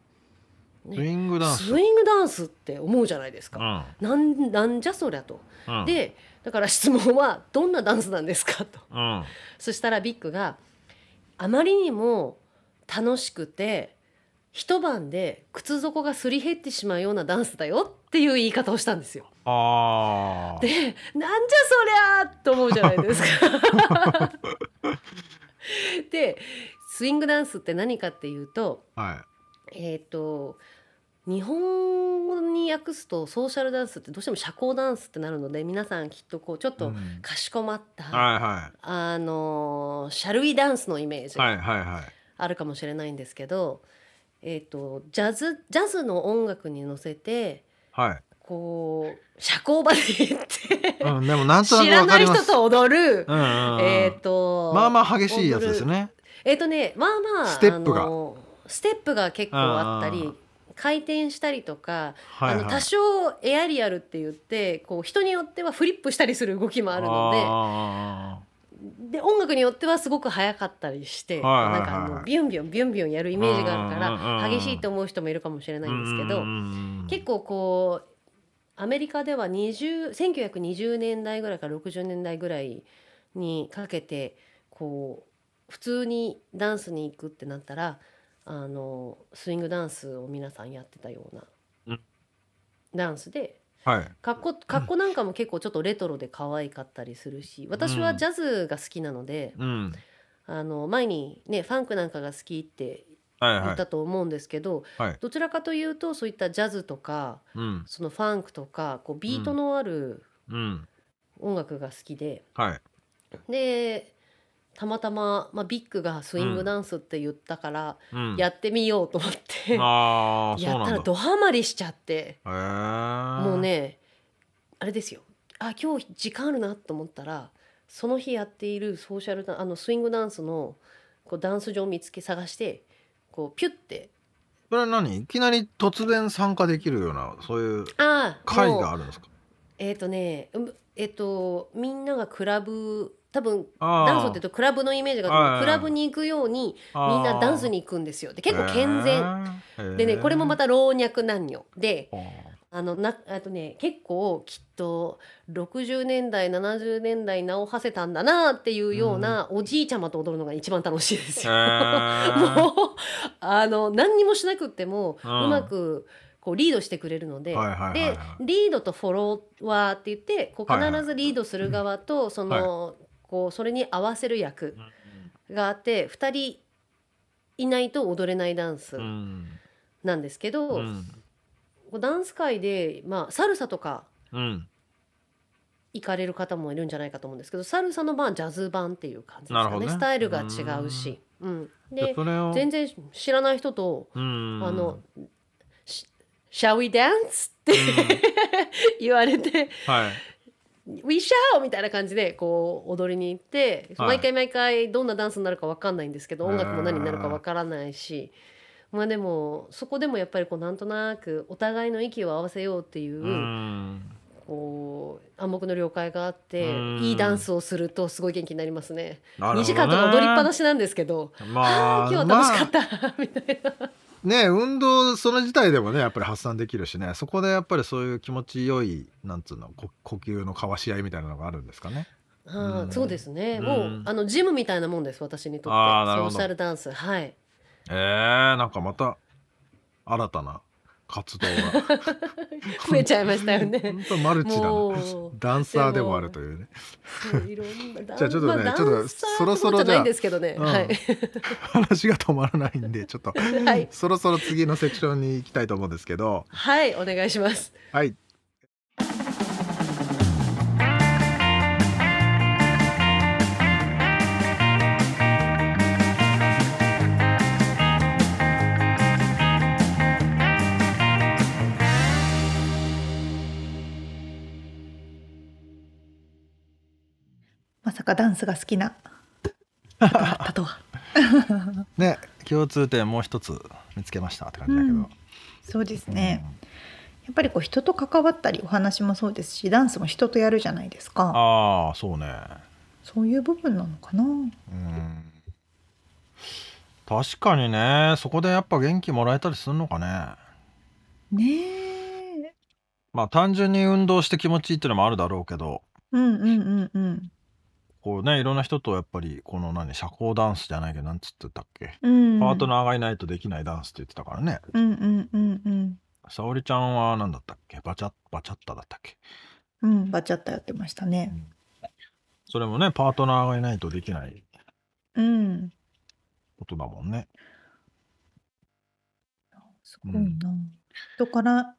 ね
スイングダンス
スイングダンスって思うじゃないですか。
ん
なんなんじゃそりゃと。
うん
でだから質問は「どんなダンスなんですか?」と
うん
そしたらビッグがあまりにも楽しくて一晩で靴底がすり減ってしまうようなダンスだよっていう言い方をしたんですよ。
あー
でなんじゃそりゃーと思うじゃないですか。 でスイングダンスって何かっていうと,、
は
えー、と日本語に訳すとソーシャルダンスってどうしても社交ダンスってなるので皆さんきっとこうちょっ
い、う
と
ん
かしこまった、
はいはい
あのーシャルウィダンスのイメージ
はい
が
はいはい
あるかもしれないんですけど、えー、とジャズジャズの音楽に乗せて
はい、
こう社交場で行って、
うん、でもなんとな
知
く
ら
わか
ない
ります
人と踊る、
うんうんうん
えー、と
まあまあ激しいやつですね
えっ、とねまあまあ
ステップが
あのステップが結構あった
うんう
り
ん
回転したりとか、
はいはい
あの多少エアリアルって言ってこう人によってはフリップしたりする動きもあるので。
の
で音楽によってはすごく速かったりして、
はいはいはい
なんかあのビュンビュンビュンビュンやるイメージがある
うんうんうん
か
う
ら
ん
激しいと思う人もいるかもしれないんですけど、結
構
構こうアメリカでは20 1920年代ぐらいから60年代ぐらいにかけてこう普通にダンスに行くってなったらあのスイングダンスを皆さんやってたよう
う
なんダンスで
はい
格好格好なんかも結構ちょっとレトロで可愛かったりするし私はジャズが好きなので、
うん
あの前にねファンクなんかが好きって
はい
言
は
っ
い
たと思うんですけど、
はい
どちらかというとそういったジャズとか
うん
そのファンクとかこうビートのある
うん
音楽が好きで、
はい
でたまたま、まあ、ビッグがスイングダンスって言ったから、
うん
やってみようと思って、
ああそう
やっ
な
たら
んだ
ドハマりしちゃって
へー
もうねあれですよあ今日時間あるなと思ったらその日やっているソーシャルダンあのスイングダンスのこうダンス場を見つけ探してこうピュッて
それは何いきなり突然参加できるようなそういう
ああ
会
もう
があるんですか
えっ、とねうんえっ、とみんながクラブ多分
あー
ダンスって言うとクラブのイメージがあると
はい
思うクラブに行くようにみんなダンスに行くんですよで結構健全
全
でねこれもま
た
た老若男女であのなあとね結構きっと60年代70年代名を馳せたんだなっていうようなおじいちゃまと踊るのが一番楽しいですよ。 もうあの何にもしなくってもう
うん
まくこうリードしてくれるので、
はいはいはいは
で
い
リードとフォロワーって言ってこう
はいはい
必ずリードする側とその、こうそれに合わせる役があって2人いないと踊れないダンス
うん
なんですけど、
うん
こうダンス界で、まあ、サルサとか
うん
行かれる方もいるんじゃないかと思うんですけどサルサのまあジャズ版っていう感じです
な
か
るほ
ね
どね
スタイルが違うし。うん、で
それを
全然知らない人と
うん
あのし「Shall we dance?」って、言われて
はい
「We shall!」みたいな感じでこう踊りに行って、
はい
毎回毎回どんなダンスになるか分かんないんですけど
へー
音楽も何になるか分からないし。まあでもそこでもやっぱりこうなんとなくお互いの息を合わせようって いう,、
うん
こう暗黙の了解があって、
うん
いいダンスをするとすごい元気になりますね。
なるほどね
2時間とか踊りっぱなしなんですけど、
ま
あ
あ
ー今日は楽しかった、みたいな。
ね運動それ自体でもねやっぱり発散できるしねそこでやっぱりそういう気持ちよいなんつうのこ呼吸の交わし合いみたいなのがあるんですかね。
は
うん
あ、そうですね、
うん
もうあのジムみたいなもんです私にとってソ
あーなるほ
ー
ど
シャルダンスはい
えー、なんかまた新たな活動が
増えちゃいましたよね
本当マルチだな
もう
ダンサーでもあるというね。
そういろんなダン
じゃあちょっとね
まあ
ちょっと
ダンサー
そろそろ
ってことじ
じゃあ
ゃないんですけどね、
うん
はい
話が止まらないんでちょっと、
はい
そろそろ次のセクションに行きたいと思うんですけど
はいお願いします
はい
まさかダンスが好きな方だったとは
ね共通点もう一つ見つけましたって感じだけど。
うん そうですねやっぱりこう人と関わったりお話もそうですしダンスも人とやるじゃないです
うん
か
ああそうね。
そういう部分なのかな
うん確かにねそこでやっぱ元気もらえたりするのかね。
ねえ
まあ単純に運動して気持ちいいっていうのもあるだろうけど
うんうんうんうん
こうねいろんな人とやっぱりこの何社交ダンスじゃないけどなんつってたっけ、
うん
パートナーがいないとできないダンスって言ってたからね
うんうんうんうん
沙織ちゃんは何だったっけバチャバチャッタだったっけ
うんバチャッタやってましたね
それもねパートナーがいないとできない
うん
ことだもんね
すごいな、人から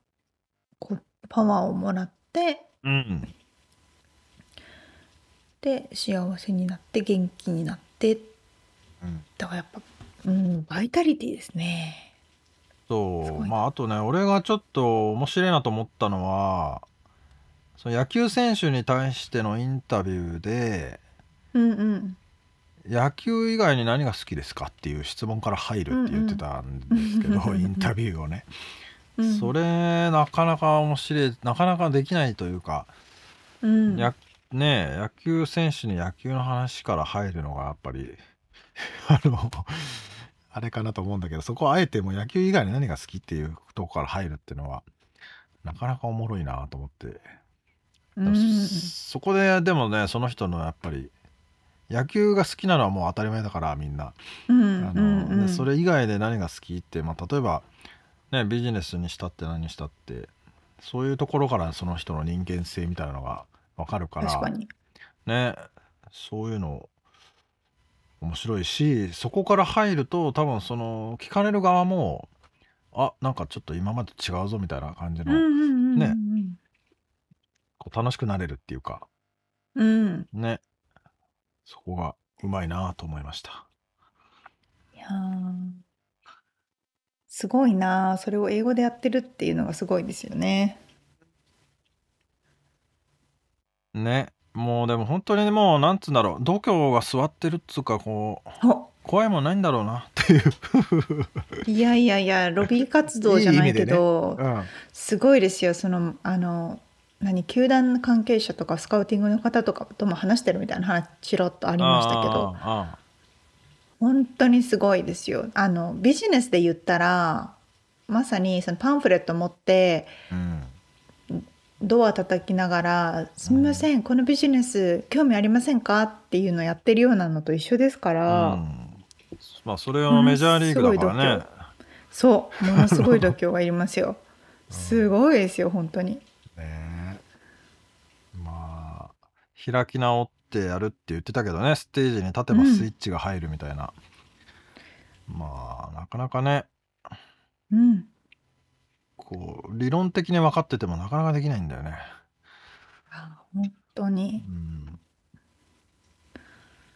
こうパワーをもらって
うん
で幸せになって元気になって
うん
だからやっぱうんバイタリティですねす
そ
ご
う
い
まああとね俺がちょっと面白いなと思ったのはその野球選手に対してのインタビューで
うんうん
野球以外に何が好きですかっていう質問から入るって言ってたんですけど、
うんうん
インタビューをね、
うん
それなかなか面白いなかなかできないというか、
うん
やねえ野球選手に野球の話から入るのがやっぱり あのあれかなと思うんだけどそこはあえてもう野球以外に何が好きっていうとこから入るっていうのはなかなかおもろいなと思って
うん
そこででもねその人のやっぱり野球が好きなのはもう当たり前だからみんな、
うん
あ
う
の
んうん
でそれ以外で何が好きって、まあ、例えば、ね、ビジネスにしたって何にしたってそういうところからその人の人間性みたいなのが分かるから
確かに
ね、そういうの面白いしそこから入ると多分その聞かれる側もあなんかちょっと今まで違うぞみたいな感じ
う
の、
んうんうんうん
ねこう楽しくなれるっていうか。
うん
ねそこがうまいなと思いました
いやーすごいなそれを英語でやってるっていうのがすごいですよね
ねもうでも本当にもうなんつうんだろう度胸が座ってるっつうかこう
お
怖いもんないんだろうなっていう、
いやいやいやロビー活動じゃないけど
うん、
すごいですよそのあの何球団関係者とかスカウティングの方とかとも話してるみたいな話ちらっとありましたけど
あ
本当にすごいですよあのビジネスで言ったらまさにそのパンフレット持って
ーあーあーうん
ドア叩きながら「すみませんこのビジネス興味ありませんか?」っていうのやってるようなのと一緒ですか
う
ら、
ん、まあそれはメジャーリーグだか
うんすごい
らね
度そうものすごい度胸がいります よすごいですよ本当に
ねえまあ開き直ってやるって言ってたけどねステージに立てば
うん
スイッチが入るみたいな、まあなかなかね
うん
こう理論的に分かっててもなかなかできないんだよね。
あ本当に
うん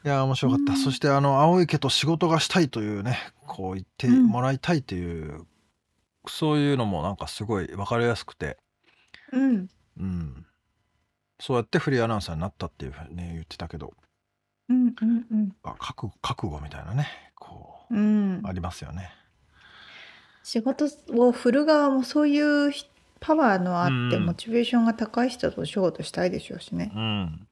いや面白かった、そしてあの青池と仕事がしたいというねこう言って
うん
もらいたいという、そういうのもなんかすごい分かりやすくて、
うん
うん、そうやってフリーアナウンサーになったっていうふうにね言ってたけど
うんうんうん
あ覚悟覚悟みたいなねこう、
うん
ありますよね。
仕事を振る側もそういうひパワーのあっ
う
て
んうん
モチベーションが高い人とお仕事したいでしょうしね
うん、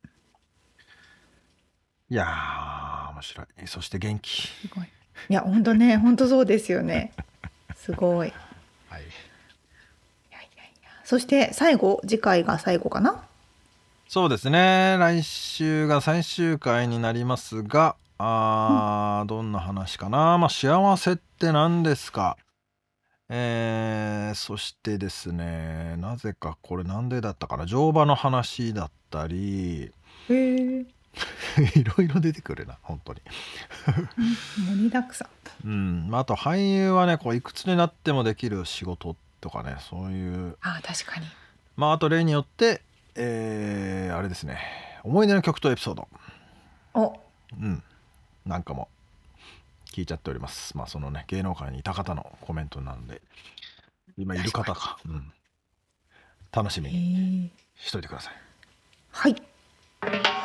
いやー面白いそして元気。
すごいいや本当ね本当そうですよねすごいいやい
はい、
やいやそして最後次回が最後かな
そうですね来週が最終回になりますがあー、どんな話かな、まあ、幸せって何ですかえーそしてですねなぜかこれなんでだったかな乗馬の話だったり
へえ
いろいろ出てくるな本当に。
盛りだくさん
うんまあ、あと俳優はねこういくつになってもできる仕事とかねそういう
あー確かに
まああと例によってえーあれですね思い出の曲とエピソード
お
うんなんかも聞いちゃっておりますまあそのね芸能界にいた方のコメントなんで今いる方かうん、楽しみ
へ
に
え
しといてください
はい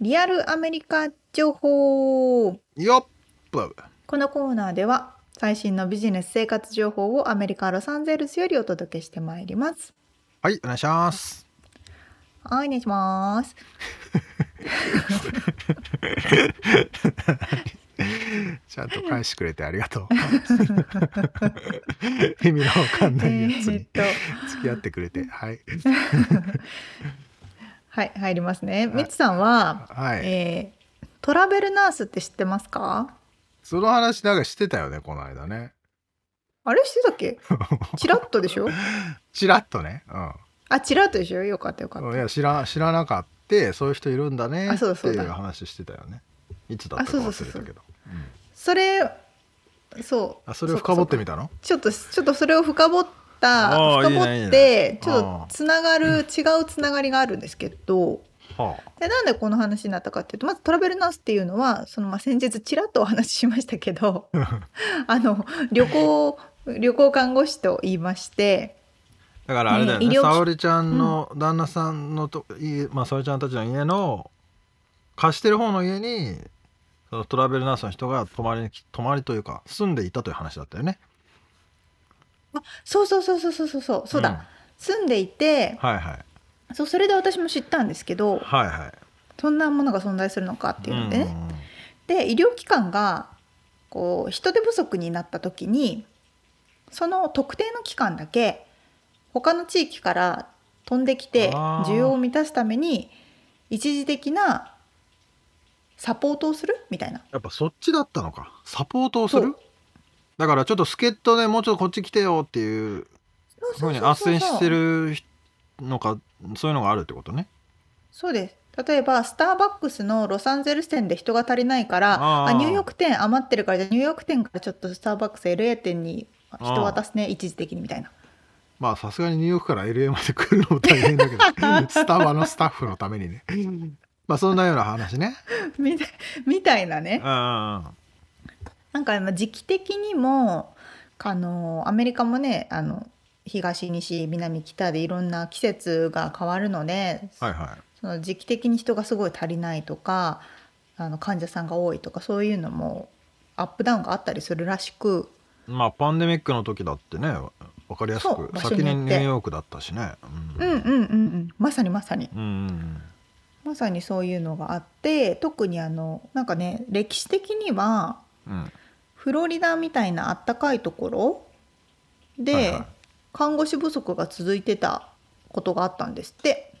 リアルアメリカ情報
よっぷ
このコーナーでは最新のビジネス生活情報をアメリカ・ロサンゼルスよりお届けしてまいります。
はいお願いします
はい、お願いします。
ちゃんと返してくれてありが とう意味のわかん
えーっと、
付き合ってくれてはい
はい、入りますね。みつさんは、
はい、
えートラベルナースって知ってますか
その話なんかしてたよねこの間ね
あれしてたっ けチラッとでしょ
ちらっとね、うん
あ、チラッとでしょよかったよかっ
うん、いや知ら知らなかったそういう人いるんだね
あ
っ
そうだ
て
そう
いう
だ
話してたよねいつだったか
あそうそうそう
忘れ
そ
た
う
けど
た。それ、そう。
あそれを深掘ってみたの
ちょっとちょっとそれを深掘った
あー
深掘
いいねい
っ
い
て
ね
ちょっとつながる違うつながりがあるんですけど
はあ
でなんでこの話になったかっていうとまずトラベルナースっていうのはそのまあ先日ちらっとお話ししましたけどあの旅行旅行看護師と言いまして
だからあれだよね
ね医療機
沙織ちゃんの旦那さんのと、いまあ、沙織ちゃんたちの家の貸してる方の家にそのトラベルナースの人が泊まりにき泊まりというか住んでいたという話だったよね
そうそうそうそうそうそうそうだ、
ん
住んでいて
はいはい
そうそれで私も知ったんですけど
はいはい
そんなものが存在するのかっていうのでね、
んんん
で医療機関がこう人手不足になった時にその特定の期間だけ他の地域から飛んできて
あー
需要を満たすために一時的なサポートをするみたいな
やっぱそっちだったのかサポートをす
そ
る
う
だからちょっと助っ人でもうちょっとこっち来てよっていうふうに斡旋してるのかそういうのがあるってことね
そうです例えばスターバックスのロサンゼルス店で人が足りないから
あー
あニューヨーク店余ってるからじゃあニューヨーク店からちょっとスターバックス LA 店に人渡すね一時的にみたいな
まあさすがにニューヨークから LA まで来るのも大変だ けどスタバのスタッフのためにねまあそんなような話ね
みたいみたいなね
うんは
なんかまあ時期的にもあのアメリカもねあの東西南北でいろんな季節が変わるので
いは
その時期的に人がすごい足りないとかあの患者さんが多いとかそういうのもアップダウンがあったりするらしく
いまあパンデミックの時だってね分かりやす
そう
く
場所
先
によって
にニューヨークだったしね
うんうんうんうんまさにまさに
うんうん
まさにそういうのがあって特にあのなんかね歴史的には
うんうん
フロリダみたいなあったかいところで、
はいは
看護師不足が続いてたことがあったんですって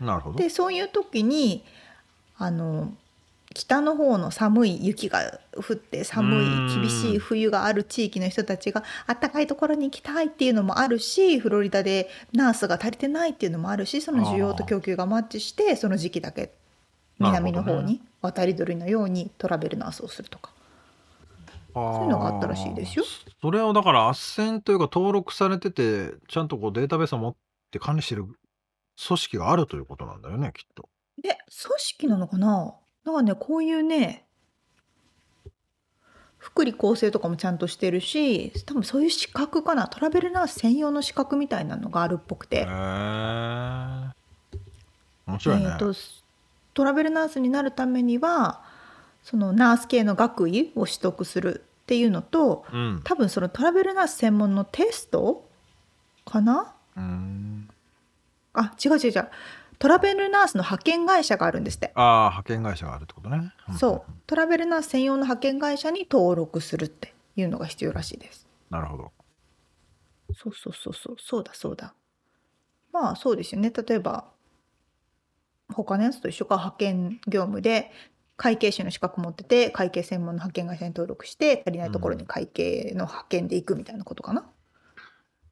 いなるほど
でそういう時にあの北の方の寒い雪が降って寒
う
い
ん
厳しい冬がある地域の人たちがあったかいところに行きたいっていうのもあるしフロリダでナースが足りてないっていうのもあるしその需要と供給がマッチしてその時期だけ南の
な
方
るほど
に渡り鳥のようにトラベルナースをするとか。
そう
いうのがあったらしいですよ
それをだから斡旋というか登録されててちゃんとこうデータベースを持って管理してる組織があるということなんだよねきっと
ね、組織なのかななんかねこういうね福利厚生とかもちゃんとしてるし多分そういう資格かなトラベルナース専用の資格みたいなのがあるっぽくて、
へえ面
え
白いね、
ーとトラベルナースになるためにはそのナース系の学位を取得するっていうのと
うん
多分そのトラベルナース専門のテストかな
うん
あ違う違う違うトラベルナースの派遣会社があるんですって
ああ派遣会社があるってことねん
そうトラベルナース専用の派遣会社に登録するっていうのが必要らしいです
なるほど
そうそうそうそうそうだそうだまあそうですよね例えば他のやつと一緒か派遣業務で会計士の資格持ってて会計専門の派遣会社に登録して足りないところに会計の派遣で行くみたいなことかな、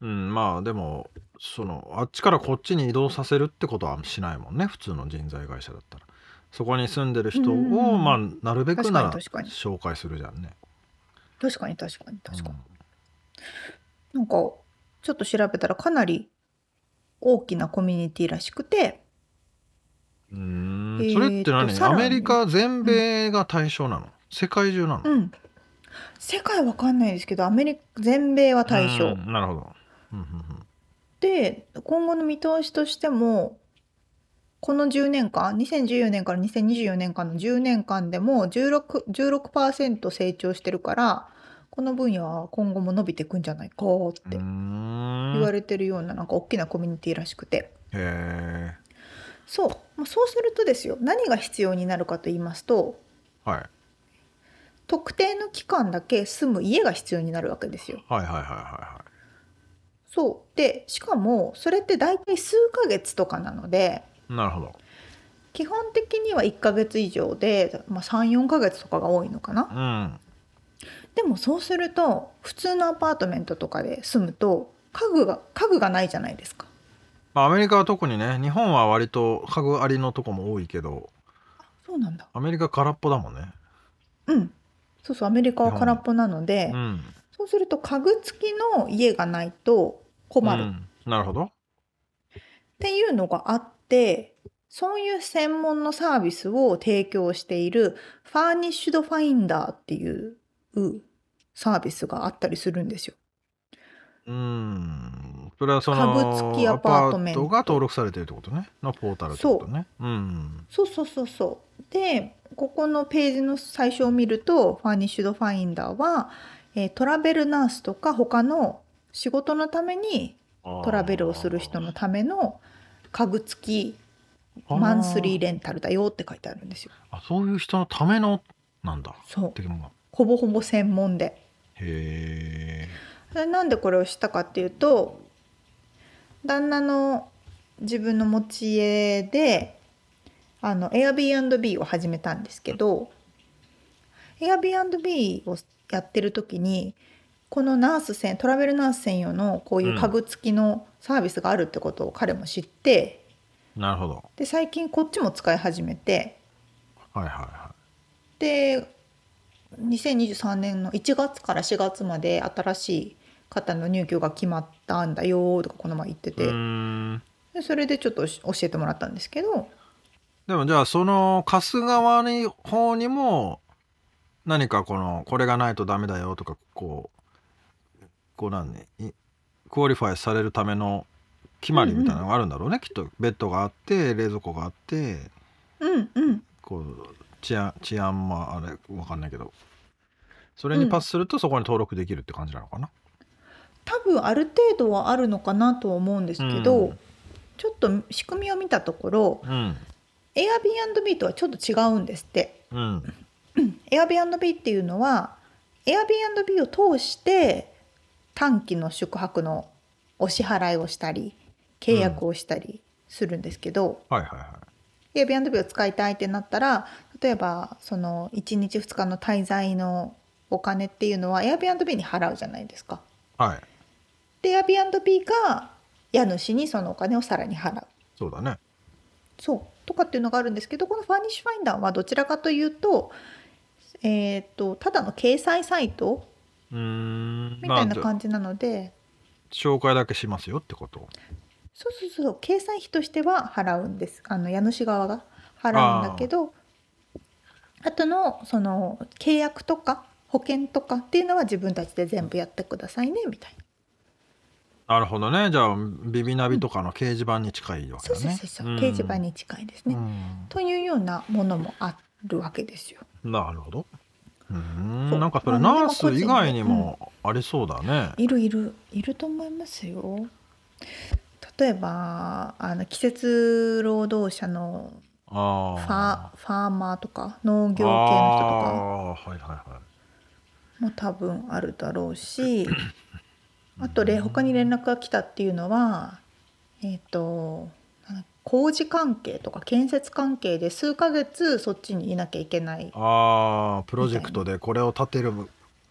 うんまあでもそのあっちからこっちに移動させるってことはしないもんね普通の人材会社だったらそこに住んでる人を、
うん
まあなるべくなら
確かに確かに
紹介するじゃんね
確かに確かに確かに
うん、
なんかちょっと調べたらかなり大きなコミュニティらしくて
うーん
えーと
それって何、
さら
ア
に
メリカ全米が対象なの、世界中なの、
うん世界わかんないですけどアメリカ全米は対象、
うんなるほど、うんうんうん
で今後の見通しとしてもこの10年間2014年から2024年間の10年間でも 16%, 16成長してるからこの分野は今後も伸びていくんじゃないかって言わ
れ
れてるようななんか大きなコミュニティらしくて
へ
そう、まあ、そうするとですよ何が必要になるかと言いますと
ーはい、
特定の期間だけ住む家が必要になるわけですよ。
はいはいはいは
そうでしかもそれって大体数ヶ月とかなので。
いはいなるほど
基本的には1ヶ月以上で、まあ、34ヶ月とかが多いのかな
うん
でもそうすると普通のアパートメントとかで住むと家具が家具がないじゃないですか
まあアメリカは特にね日本は割と家具ありのとこも多いけど
そうなんだ
アメリカ空っぽだもんね
うんそうそうアメリカは空っぽなので、
うん
そうすると家具付きの家がないと困る
う
っ
んなるほど
ていうのがあってそういう専門のサービスを提供しているファーニッシュドファインダーっていうサービスがあったりするんですよ。
うんそれはその
家具付きアパートメント
アパが登録されてるってことねのポータルってことねうん
そうそうそうそう。でここのページの最初を見るとファーニッシュドファインダーは、えートラベルナースとか他の仕事のためにトラベルをする人のための家具付きマンスリーレンタルだよって書いてあるんですよ。
あそういう人のためのなんだ
そう
的なものが
ほぼほぼ専門で。
へえ
でなんでこれをしたかっていうと旦那の自分の持ち家であの Airbnb を始めたんですけど Airbnb をやってる時にこのナース専トラベルナース専用のこういう家具付きのサービスがあるってことを彼も知って、
なるほど
で最近こっちも使い始めて
はいはいは
で2023年の1月から4月まで新しい方の入居が決まったんだよとかこの前言って
いう
て、
ーん
でそれでちょっとし教えてもらったんですけど
でもじゃあその貸す側に方にも何かこのこれがないとダメだよとかこうこうなんねいクオリファイされるための決まりみたいなのがあるんだろうね、きっとベッドがあって冷蔵庫があって
うんうん
こう治安治安もあれわかんないけどそれにパスするとそこに登録できるって感じなのかな、
多分ある程度はあるのかなとは思うんですけど、
うん
ちょっと仕組みを見たところ
うん
Airbnb とはちょっと違うんですって
うん
Airbnb っていうのは Airbnb を通して短期の宿泊のお支払いをしたり契約をしたりするんですけど、
はいはいは
Airbnb を使いたいってなったら例えばその1日2日の滞在のお金っていうのは Airbnb に払うじゃないですか。
いはい
で Airbnb が家主にそのお金をさらに払う
そうだね
そうとかっていうのがあるんですけどこのファーニッシュファインダーはどちらかというと,、えー、とただの掲載サイト
うーん
みたい
まあ
な
じゃあ
感じなので、
紹介だけしますよってこと
そうそうそう掲載費としては払うんですあの家主側が払うんだけどあとのその契約とか保険とかっていうのは自分たちで全部やってくださいねみたいな。
なるほどねじゃあビビナビとかの掲示板に近いわけ
そう
だ
そう
ね
そうそう、掲示板に近いですね、
うん
というようなものもあるわけですよ。
なるほどうー
そ
ん
う
なんかそれ
まあ
ナース以外に
でも
もありそうだね
いるいるいると思いますよ。例えばあの季節労働者の
あ
フ
あ
ァファーマーとか農業系の人
あ
とか
あーはいはいはい
も多分あるだろうし あとれ他に連絡が来たっていうのはえっ、となんだ工事関係とか建設関係で数ヶ月そっちにいなきゃいけない
ああプロジェクトでこれを立てる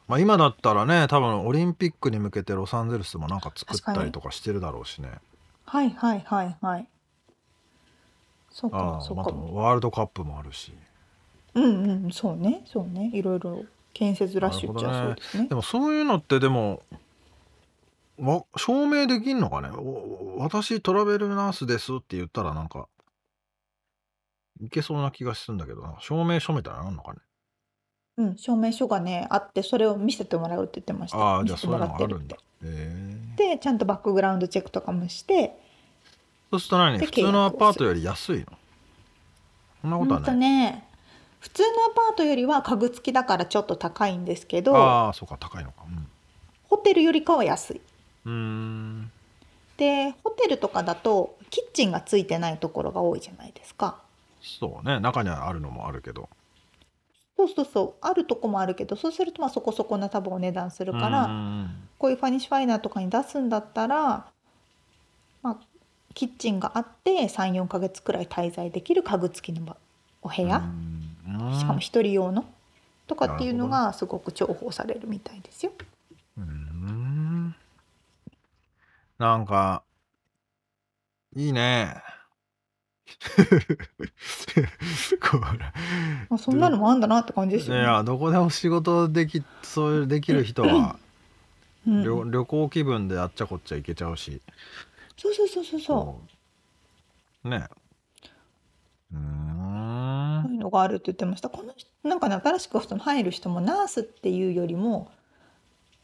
まあ今だったらね多分オリンピックに向けてロサンゼルスもなんか作ったりとかしてるだろうしね
はいはいはいはいそうか
あ
もそ
あ
う
ま
か
た
も
ワールドカップもあるし
うんうんそうねそうねいろいろ建設ラッシュっちゃそうですね
でもそういうのってでもわ証明できんのかねお私トラベルナースですって言ったらなんかいけそうな気がするんだけどな証明書みたいなのあんのかね
うん証明書がねあってそれを見せてもらうって言ってました
ああじ
見
ゃあ
せて
そう
も
いう
ら
の
っ
が
て
あ
る
る
っ
んだ
て
へえ
でちゃんとバックグラウンドチェックとかもして
そうすると何
で
普通のアパートより安いのそんなこと
ほ
は
ん
な
と
い、
ね普通のアパートよりは家具付きだからちょっと高いんですけど
ああそうか高いのか
ホテルよりかは安い
うんうーん
でホテルとかだとキッチンが付いてないところが多いじゃないですか
そうね中にはあるのもあるけど
そうそうそうあるとこもあるけどそうするとまあそこそこな多分お値段するから、
うーん
こういうファニッシュファイナーとかに出すんだったら、まあ、キッチンがあって34ヶ月くらい滞在できる家具付きのお部
う
屋、
ーん
しかも一人用のとかっていうの
な
がすごく重宝されるみたいですよ。
うーんなんか、いいね。 こ
まあ、そんなのもあんだなって感じ
れ
です
い
よね。
や、どこでも仕事でき、そういうできる人は、
うん
旅旅行気分であっちゃこっちゃ行けちゃうし。。
そうそうそうそうそう
ね。うー。
う。そうんいうのがあるって言ってました。この人なんかね新しくその入る人もナースっていうよりも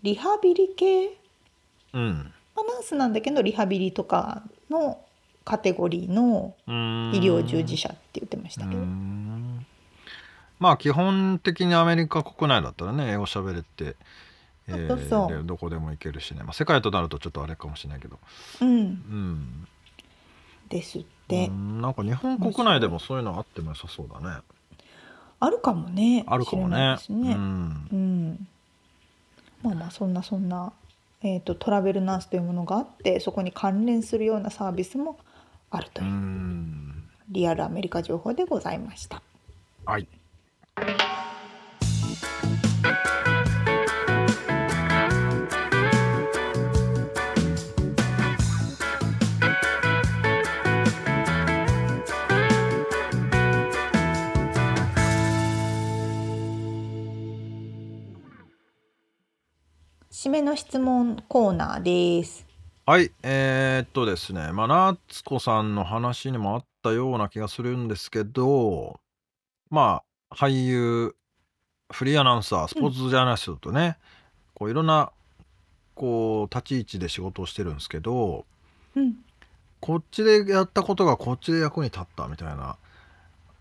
リハビリ系、
うん。
まあ、ナースなんだけどリハビリとかのカテゴリーの
うーん
医療従事者って言ってましたけど。
うーんまあ基本的にアメリカ国内だったらね英語喋れて、えー
そうそうそう
でどこでも行けるしね、まあ、世界となるとちょっとあれかもしれないけど、
うん、
うん、
ですって、
うんなんか日本国内でもそういうのあっても良さそうだね
あるかもね
あるかも
知らない
ね
ですね
う、ん
うんまあまあそんなそんな、えー、とトラベルナースというものがあってそこに関連するようなサービスもあると
う
いう、
ん
リアルアメリカ情報でございました
はい
締めの質問コーナーです
はいえー、っとですねまあ夏子さんの話にもあったような気がするんですけどまあ俳優フリーアナウンサースポーツジャーナリストとね、こういろんなこう立ち位置で仕事をしてるんですけど
うん
こっちでやったことがこっちで役に立ったみたいな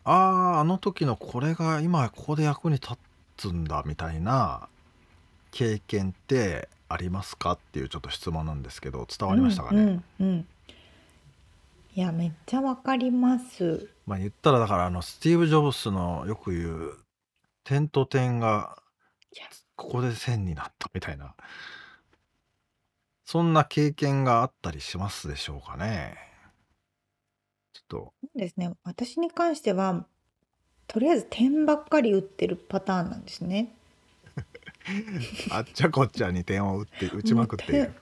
あーあの時のこれが今ここで役に立つんだみたいな経験ってありますかっていうちょっと質問なんですけど伝わりましたかね、
うんうんうんいやめっちゃわかります。
まあ言ったらだからあのスティーブ・ジョブスのよく言う点と点が
いや
ここで線になったみたいなそんな経験があったりしますでしょうかねちょっ
ですね。私に関してはとりあえず点ばっかり打ってるパターンなんですね。
とあっちゃこっちゃに点を 打って打ちまくっている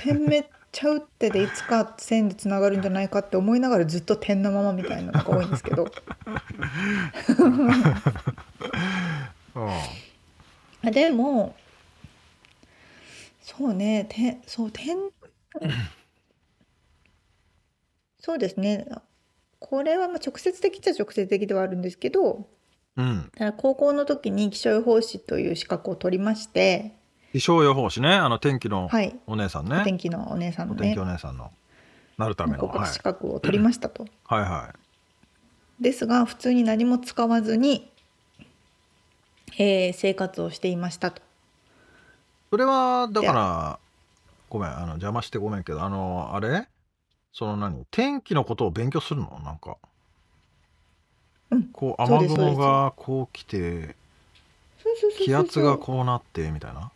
点めっちゃ打ってでいつか線でつながるんじゃないかって思いながらずっと点のままみたいなのが多いんですけど。
うん
あでもそうね点そう点そうですねこれはまあ直接的っちゃ直接的ではあるんですけど
うん
ただ高校の時に気象予報士という資格を取りまして
気象予報士ねあの天気の
はい
お姉さんね、
お天気のお姉さん
お
の
天
ね
気お姉さんのなるための、
合
は
格
い
資、格を取りましたと。
はいは
ですが普通に何も使わずに、えー生活をしていましたと。
いそれはだ
で
からごめんあの邪魔してごめんけどあのあれその何天気のことを勉強するのなんか、
うん
こう
そうで
雨
すそうで
雲
す
がこう来て
そうそうそうそうそう
気圧がこうなってみたいな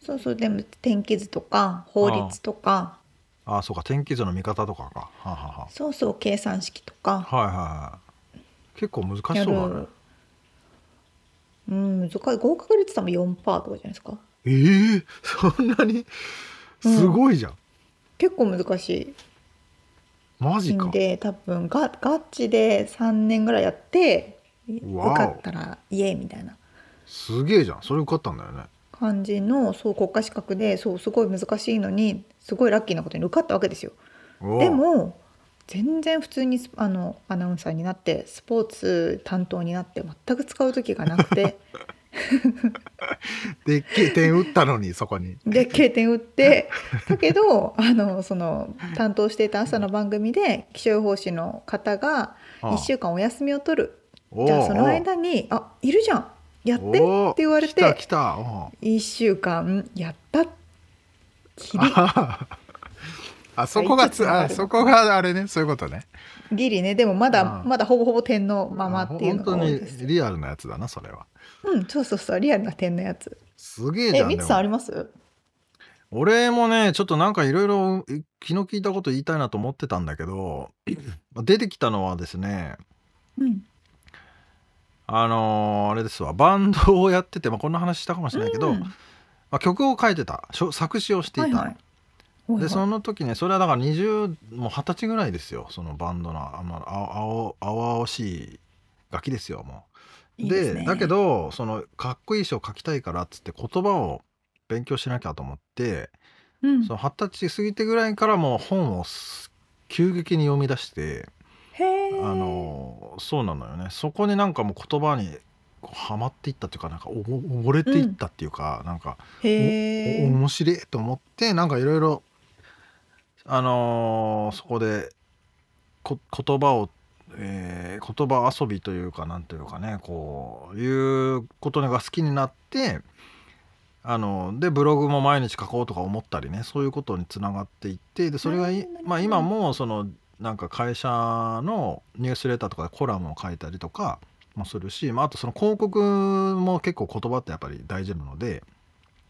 そうそうでも天気図とか法律とか
あそうか天気図の見方とかかはあはあは
そうそう計算式と
あ
か
はいはいはい結構難し
や
そ
る
うだね
うん難しい合格率多分4%とかじゃないですか
えー、そんなにすごいじゃん、
結構難し
マ
い
ジか
んで多分がガチで3年ぐらいやって受
わお
かったらイエーイみたいな
すげえじゃんそれ受かったんだよね
感じのそう国家資格でそうすごい難しいのにすごいラッキーなことに受かったわけですよ
おう
でも全然普通にスあのアナウンサーになってスポーツ担当になって全く使う時がなくて
でっけえ点打ったのにそこに
で経点打ってだけ どあのその担当していた朝の番組で気象予報士の方が1週間お休みを取る
おう
じゃあその間
お
に「あいるじゃんやって」っ
う
て
おう
言われ
来た来
て
たおう
1週間やったっきり
あ あそこがつあそこがあれねそういうことね
ギリねでもまだ
あー
まだほぼほぼ点のままっていうのが多い
本
で
当
す
にリアルなやつだなそれは
うんそうそうそうリアルな点のやつ
すげえじ
え
ゃん
み
で
つ
も
さんあります
俺もねちょっとなんかいろいろ気の利いたこと言いたいなと思ってたんだけど出てきたのはですね
うん
あのーあれですわバンドをやってて、まあ、こんな話したかもしれないけど、
うん
まあ、曲を書いてたしょ作詞をしてい
は
た、
いはいはいは
で
い
その時ねそれはだから20もう二十歳ぐらいですよそのバンドのあのあ青青々しいガキですよもう。
いいですね
だけどそのかっこいい詩を書きたいからっつって言葉を勉強しなきゃと思って
うん
その二十歳過ぎてぐらいからもう本をす急激に読み出して、
へえ
あのそうなのよねそこになんかもう言葉にこうハマっていったっていうかなんかおぼ溺れていったっていうか、なんか
へ
お
え
面白いと思ってなんかいろいろあのーそこでこ 言葉を、えー言葉遊びというかなんというかねこういうことが好きになってあのでブログも毎日書こうとか思ったりねそういうことにつながっていってでそれがい
なるほど
まあ、今もそのなんか会社のニュースレターとかでコラムを書いたりとかもするし、まあ、あとその広告も結構言葉ってやっぱり大事なので、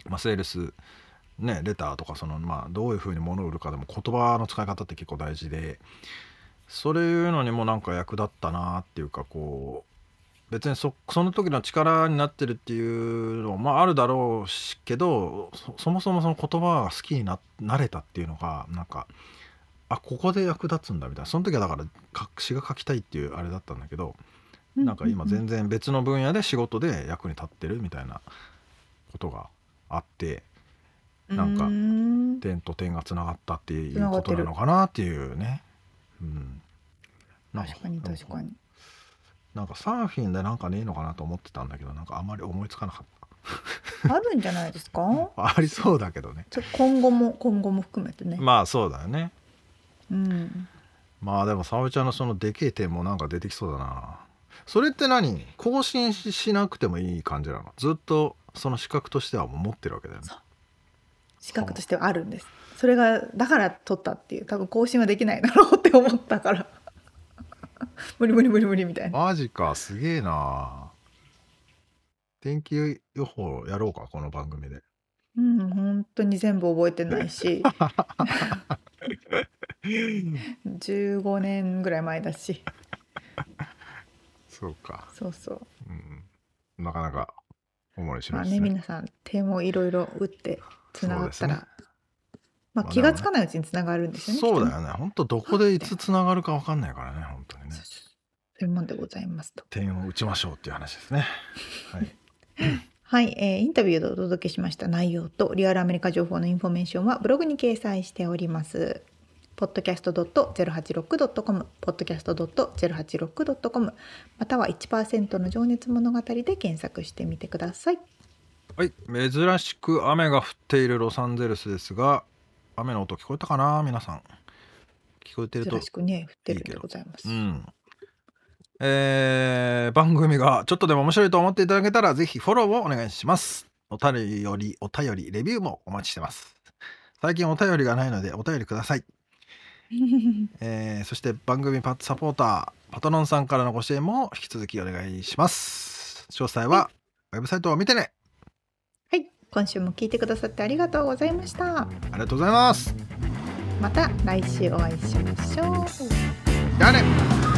まあ、セールス、ね、レターとかその、まあ、どういうふうに物を売るかでも言葉の使い方って結構大事でそういうのにもなんか役立ったなっていうかこう別にそその時の力になってるっていうのも、まあ、あるだろうしけどそそもそもその言葉が好きにななれたっていうのがなんかあここで役立つんだみたいなその時はだからか詩が書きたいっていうあれだったんだけどなんか今全然別の分野で仕事で役に立ってるみたいなことがあってなんか
うーん
点と点がつながったっていうことなのかなっていうね。うん、なん
確かに確かに
なんかサーフィンでなんかねえのかなと思ってたんだけどなんかあまり思いつかなかっ
あるんじゃないですか
たありそうだけどね
ちょ今後も今後も含めてね、
まあそうだよね
うん
まあでも沙織ちゃんのそのでけえ点もなんか出てきそうだなそれって何更新ししなくてもいい感じなのずっとその資格としてはもう持ってるわけだよね
資格としてはあるんですそれがだから取ったっていう多分更新はできないだろうって思ったから 無理無理無理無理みたいな
マジかすげえな天気予報やろうかこの番組で
うん本当に全部覚えてない し15年ぐらい前だし
そうか、
そうそう
うん、なかなかおもろいし
ま
ま
あ
す
ね
ね
皆さん手もいろいろ打ってつながったら、
そうですね
まあ、
まあ
気がつかないうちにつながるんですよね
そうだ
きっ
よね本当どこでいつつながるかわかんないからね本当に
と
ね
ねそういうもんでございますと
点を打ちましょうっていう話ですねはい
はい、えーインタビューでお届けしました内容とリアルアメリカ情報のインフォメーションはブログに掲載しております。podcast.086.com podcast.086.com または1%の情熱物語で検索してみてください。
はい、珍しく雨が降っているロサンゼルスですが雨の音聞こえたかな皆さん聞こえてると
珍しくね、降ってるん
いいけ
で
ど
ございます。
うんえー番組がちょっとでも面白いと思っていただけたらぜひフォローをお願いしますお便りよりお便りレビューもお待ちしてます最近お便りがないのでお便りください、 えーそして番組パサポーターパトロンさんからのご支援も引き続きお願いします詳細はウェブサイトを見てね
はい、今週も聞いてくださってありがとうございました。
ありがとうございます
また来週お会いしましょう。
じゃあね
バイ